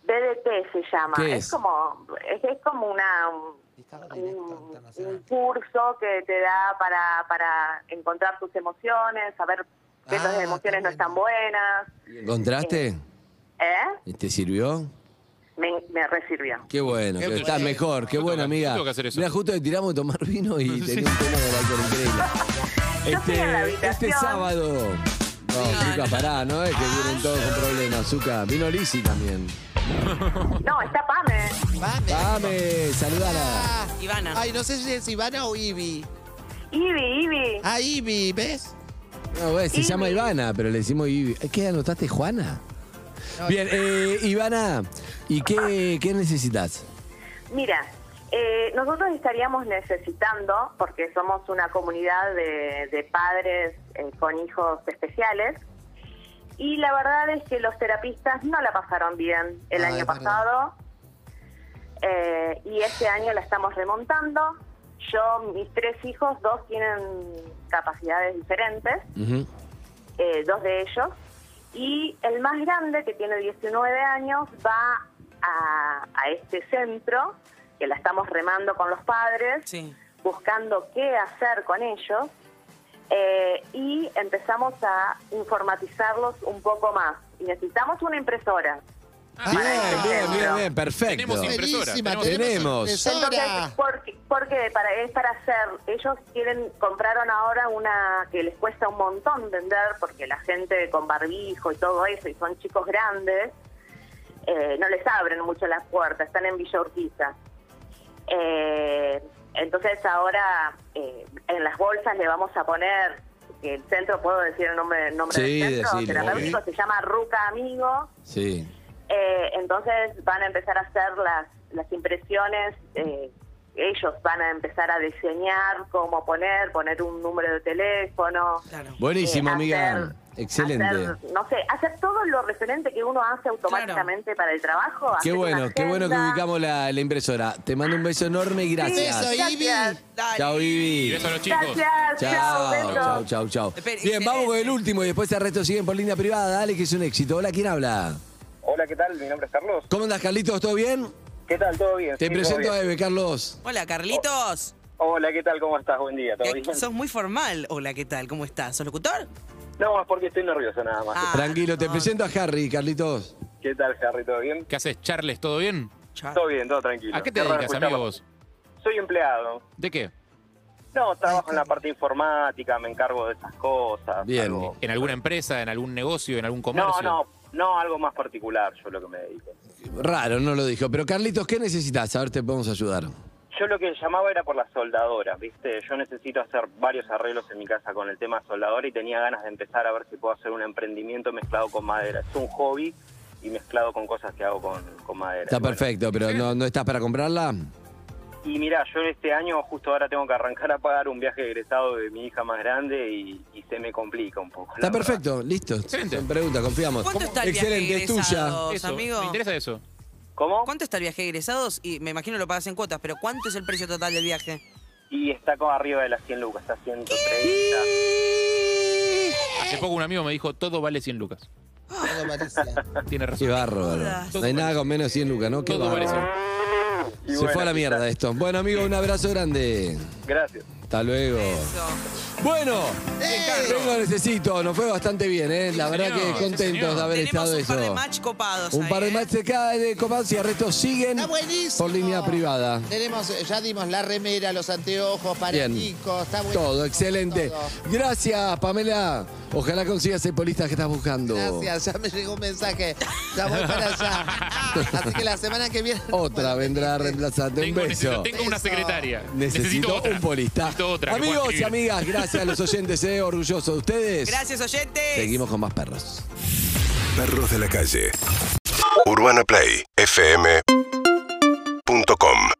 U: BDT se llama.
C: ¿Qué
U: es?
C: es?
U: como es, es como una un, un- un curso que te da para para encontrar tus emociones, saber que
D: Ah,
U: tus
D: qué
U: emociones no están buenas,
C: ¿Encontraste?
U: ¿eh?
C: ¿Te sirvió?
U: Me, me resirvió.
C: Qué bueno, que
E: bueno.
C: estás mejor, qué bueno, amiga.
E: tengo que hacer eso.
C: Mira, justo le tiramos de tomar vino y tenía un tema de alcohol increíble.
U: fui a la
C: Este, este
U: habitación.
C: sábado. No, Zuka, pará, no es que vienen todos con problemas, Zuka. Vino Lisi también.
U: No, está Pame.
D: Vame.
C: Dame, Eh, saludala.
D: Ah,
F: Ivana.
D: Ay, no sé si es Ivana o Ivi.
U: Ibi, Ibi.
D: Ah, Ivi, ¿ves?
C: No, güey, se llama Ivana, pero le decimos Ivi. ¿Qué anotaste, Juana? Bien, eh, Ivana, ¿y qué, qué necesitas?
U: Mira, eh, nosotros estaríamos necesitando, porque somos una comunidad de, de padres eh, con hijos especiales, y la verdad es que los terapistas no la pasaron bien el
D: Ah,
U: año
D: es verdad.
U: pasado, eh, y este año la estamos remontando. Yo, mis tres hijos, dos tienen capacidades diferentes, eh, dos de ellos, y el más grande, que tiene 19 años, va a, a este centro, que la estamos remando con los padres,
F: Sí.
U: buscando qué hacer con ellos, Eh, y empezamos a informatizarlos un poco más. Y necesitamos una impresora.
E: Ah,
C: Bien, bien, bien, bien, perfecto.
E: Tenemos impresora, tenemos
C: Tenemos.
U: Entonces, porque, porque para, es para hacer, ellos quieren, compraron ahora una que les cuesta un montón vender, porque la gente con barbijo y todo eso, y son chicos grandes, eh, no les abren mucho las puertas, están en Villa Urquiza. Eh, entonces ahora eh, en las bolsas le vamos a poner, que el centro, ¿puedo decir el nombre, el nombre
C: Sí,
U: del centro?
C: decilo,
U: Terapéutico,
C: ok.
U: se llama Ruca Amigo.
C: Sí.
U: Eh, entonces van a empezar a hacer las, las impresiones, eh, ellos van a empezar a diseñar cómo poner, poner un número de teléfono.
C: Buenísimo,
U: eh,
C: amiga.
U: hacer-
C: Excelente.
U: hacer, no sé, hacer todo lo referente que uno hace automáticamente para el trabajo.
C: Qué
U: hacer una
C: bueno, qué bueno que
U: agenda.
C: ubicamos la, la impresora. Te mando un beso enorme y gracias.
U: Sí, gracias.
C: Chao, Vivi.
E: Beso a los
U: chicos. Gracias, chao,
C: Chao,
U: beso.
C: chao, chao, chao. Bien, vamos con el último y después el resto siguen por línea privada. Dale, que es un éxito. Hola, ¿quién habla?
T: Hola, ¿qué tal? Mi nombre es Carlos.
C: ¿Cómo andas, Carlitos? ¿Todo bien?
T: ¿Qué tal? ¿Todo bien?
C: Te
T: Sí,
C: presento
T: todo
C: a
T: bien.
C: Eve, Carlos.
F: Hola, Carlitos.
T: Hola, ¿qué tal? ¿Cómo estás? Buen día, ¿todo
F: Eh,
T: bien?
F: Sos muy formal. Hola, ¿qué tal? ¿Cómo estás? ¿Sos locutor?
T: No, es porque estoy nervioso nada más.
F: Ah.
C: Tranquilo, te presento a Harry, Carlitos.
T: ¿Qué tal, Harry? ¿Todo bien?
E: ¿Qué haces, Charles? ¿Todo bien?
F: Ah.
T: Todo bien, todo tranquilo.
E: ¿A qué te
T: Qué raro
E: dedicas,
T: escucharlo.
E: amigo vos?
T: Soy empleado.
E: ¿De qué?
T: No, trabajo en la parte informática, me encargo de esas cosas.
E: Bien.
T: algo-
E: ¿En alguna empresa, en algún negocio, en algún
T: No,
E: comercio?
T: no, no, algo más particular yo lo que me dedico.
C: Raro, no lo dijo. Pero Carlitos, ¿qué necesitas? A ver, te podemos ayudar.
T: Yo lo que llamaba era por las soldadoras, ¿viste? Yo necesito hacer varios arreglos en mi casa con el tema soldadora y tenía ganas de empezar a ver si puedo hacer un emprendimiento mezclado con madera. Es un hobby y mezclado con cosas que hago con, con madera.
C: Está
T: Y bueno,
C: perfecto, pero no, no estás para comprarla.
T: Y mira, yo este año justo ahora tengo que arrancar a pagar un viaje egresado de mi hija más grande y, y se me complica un poco.
C: Está perfecto, listo. Excelente. Pregunta, confiamos.
F: ¿Cuánto está el viaje
C: Excelente, es tuya.
F: egresados, amigo?
E: eso.
T: ¿Cómo?
F: ¿Cuánto está el viaje de egresados? Y me imagino lo pagas en cuotas, pero ¿cuánto es el precio total del viaje?
T: Y está como arriba de las 100 lucas, está 130.
E: Hace poco un amigo me dijo, todo vale 100 lucas. Tiene razón.
C: Qué bárbaro. No hay nada con menos de 100 lucas, ¿no? Qué
E: Todo
C: bárbaro.
T: Y
C: Se
T: bueno,
C: fue a la mierda esto. Bueno, amigo, un abrazo grande.
T: Gracias.
C: Hasta luego. Bueno, vengo necesito. Nos fue bastante bien, ¿eh? La verdad
F: señor,
C: que
F: sí,
C: contentos
F: señor.
C: de haber
F: Tenemos
C: estado
F: un par de
C: eso.
F: match copados
C: Un
F: ahí,
C: par de
F: ¿eh?
C: match de cada de copas y el resto siguen por línea privada.
D: Tenemos, eh, ya dimos la remera, los anteojos,
C: Bien.
D: pareticos, está bueno.
C: Todo, excelente. Gracias, Pamela. Ojalá consigas el polista que estás buscando.
E: Oh.
D: Gracias, ya me llegó un mensaje. Ya voy para allá. Así que la semana que viene. este
C: Otra vendrá a reemplazarte. Un
E: Tengo,
C: beso.
E: necesito, tengo una secretaria.
C: Necesito,
E: otra.
C: un polista.
E: Necesito otra que pueda
C: Amigos y
E: escribir.
C: amigas, gracias a los oyentes, eh, orgulloso de ustedes.
F: Gracias, oyente.
C: Seguimos con más perros.
G: Perros de la calle. Urbana Play fm.com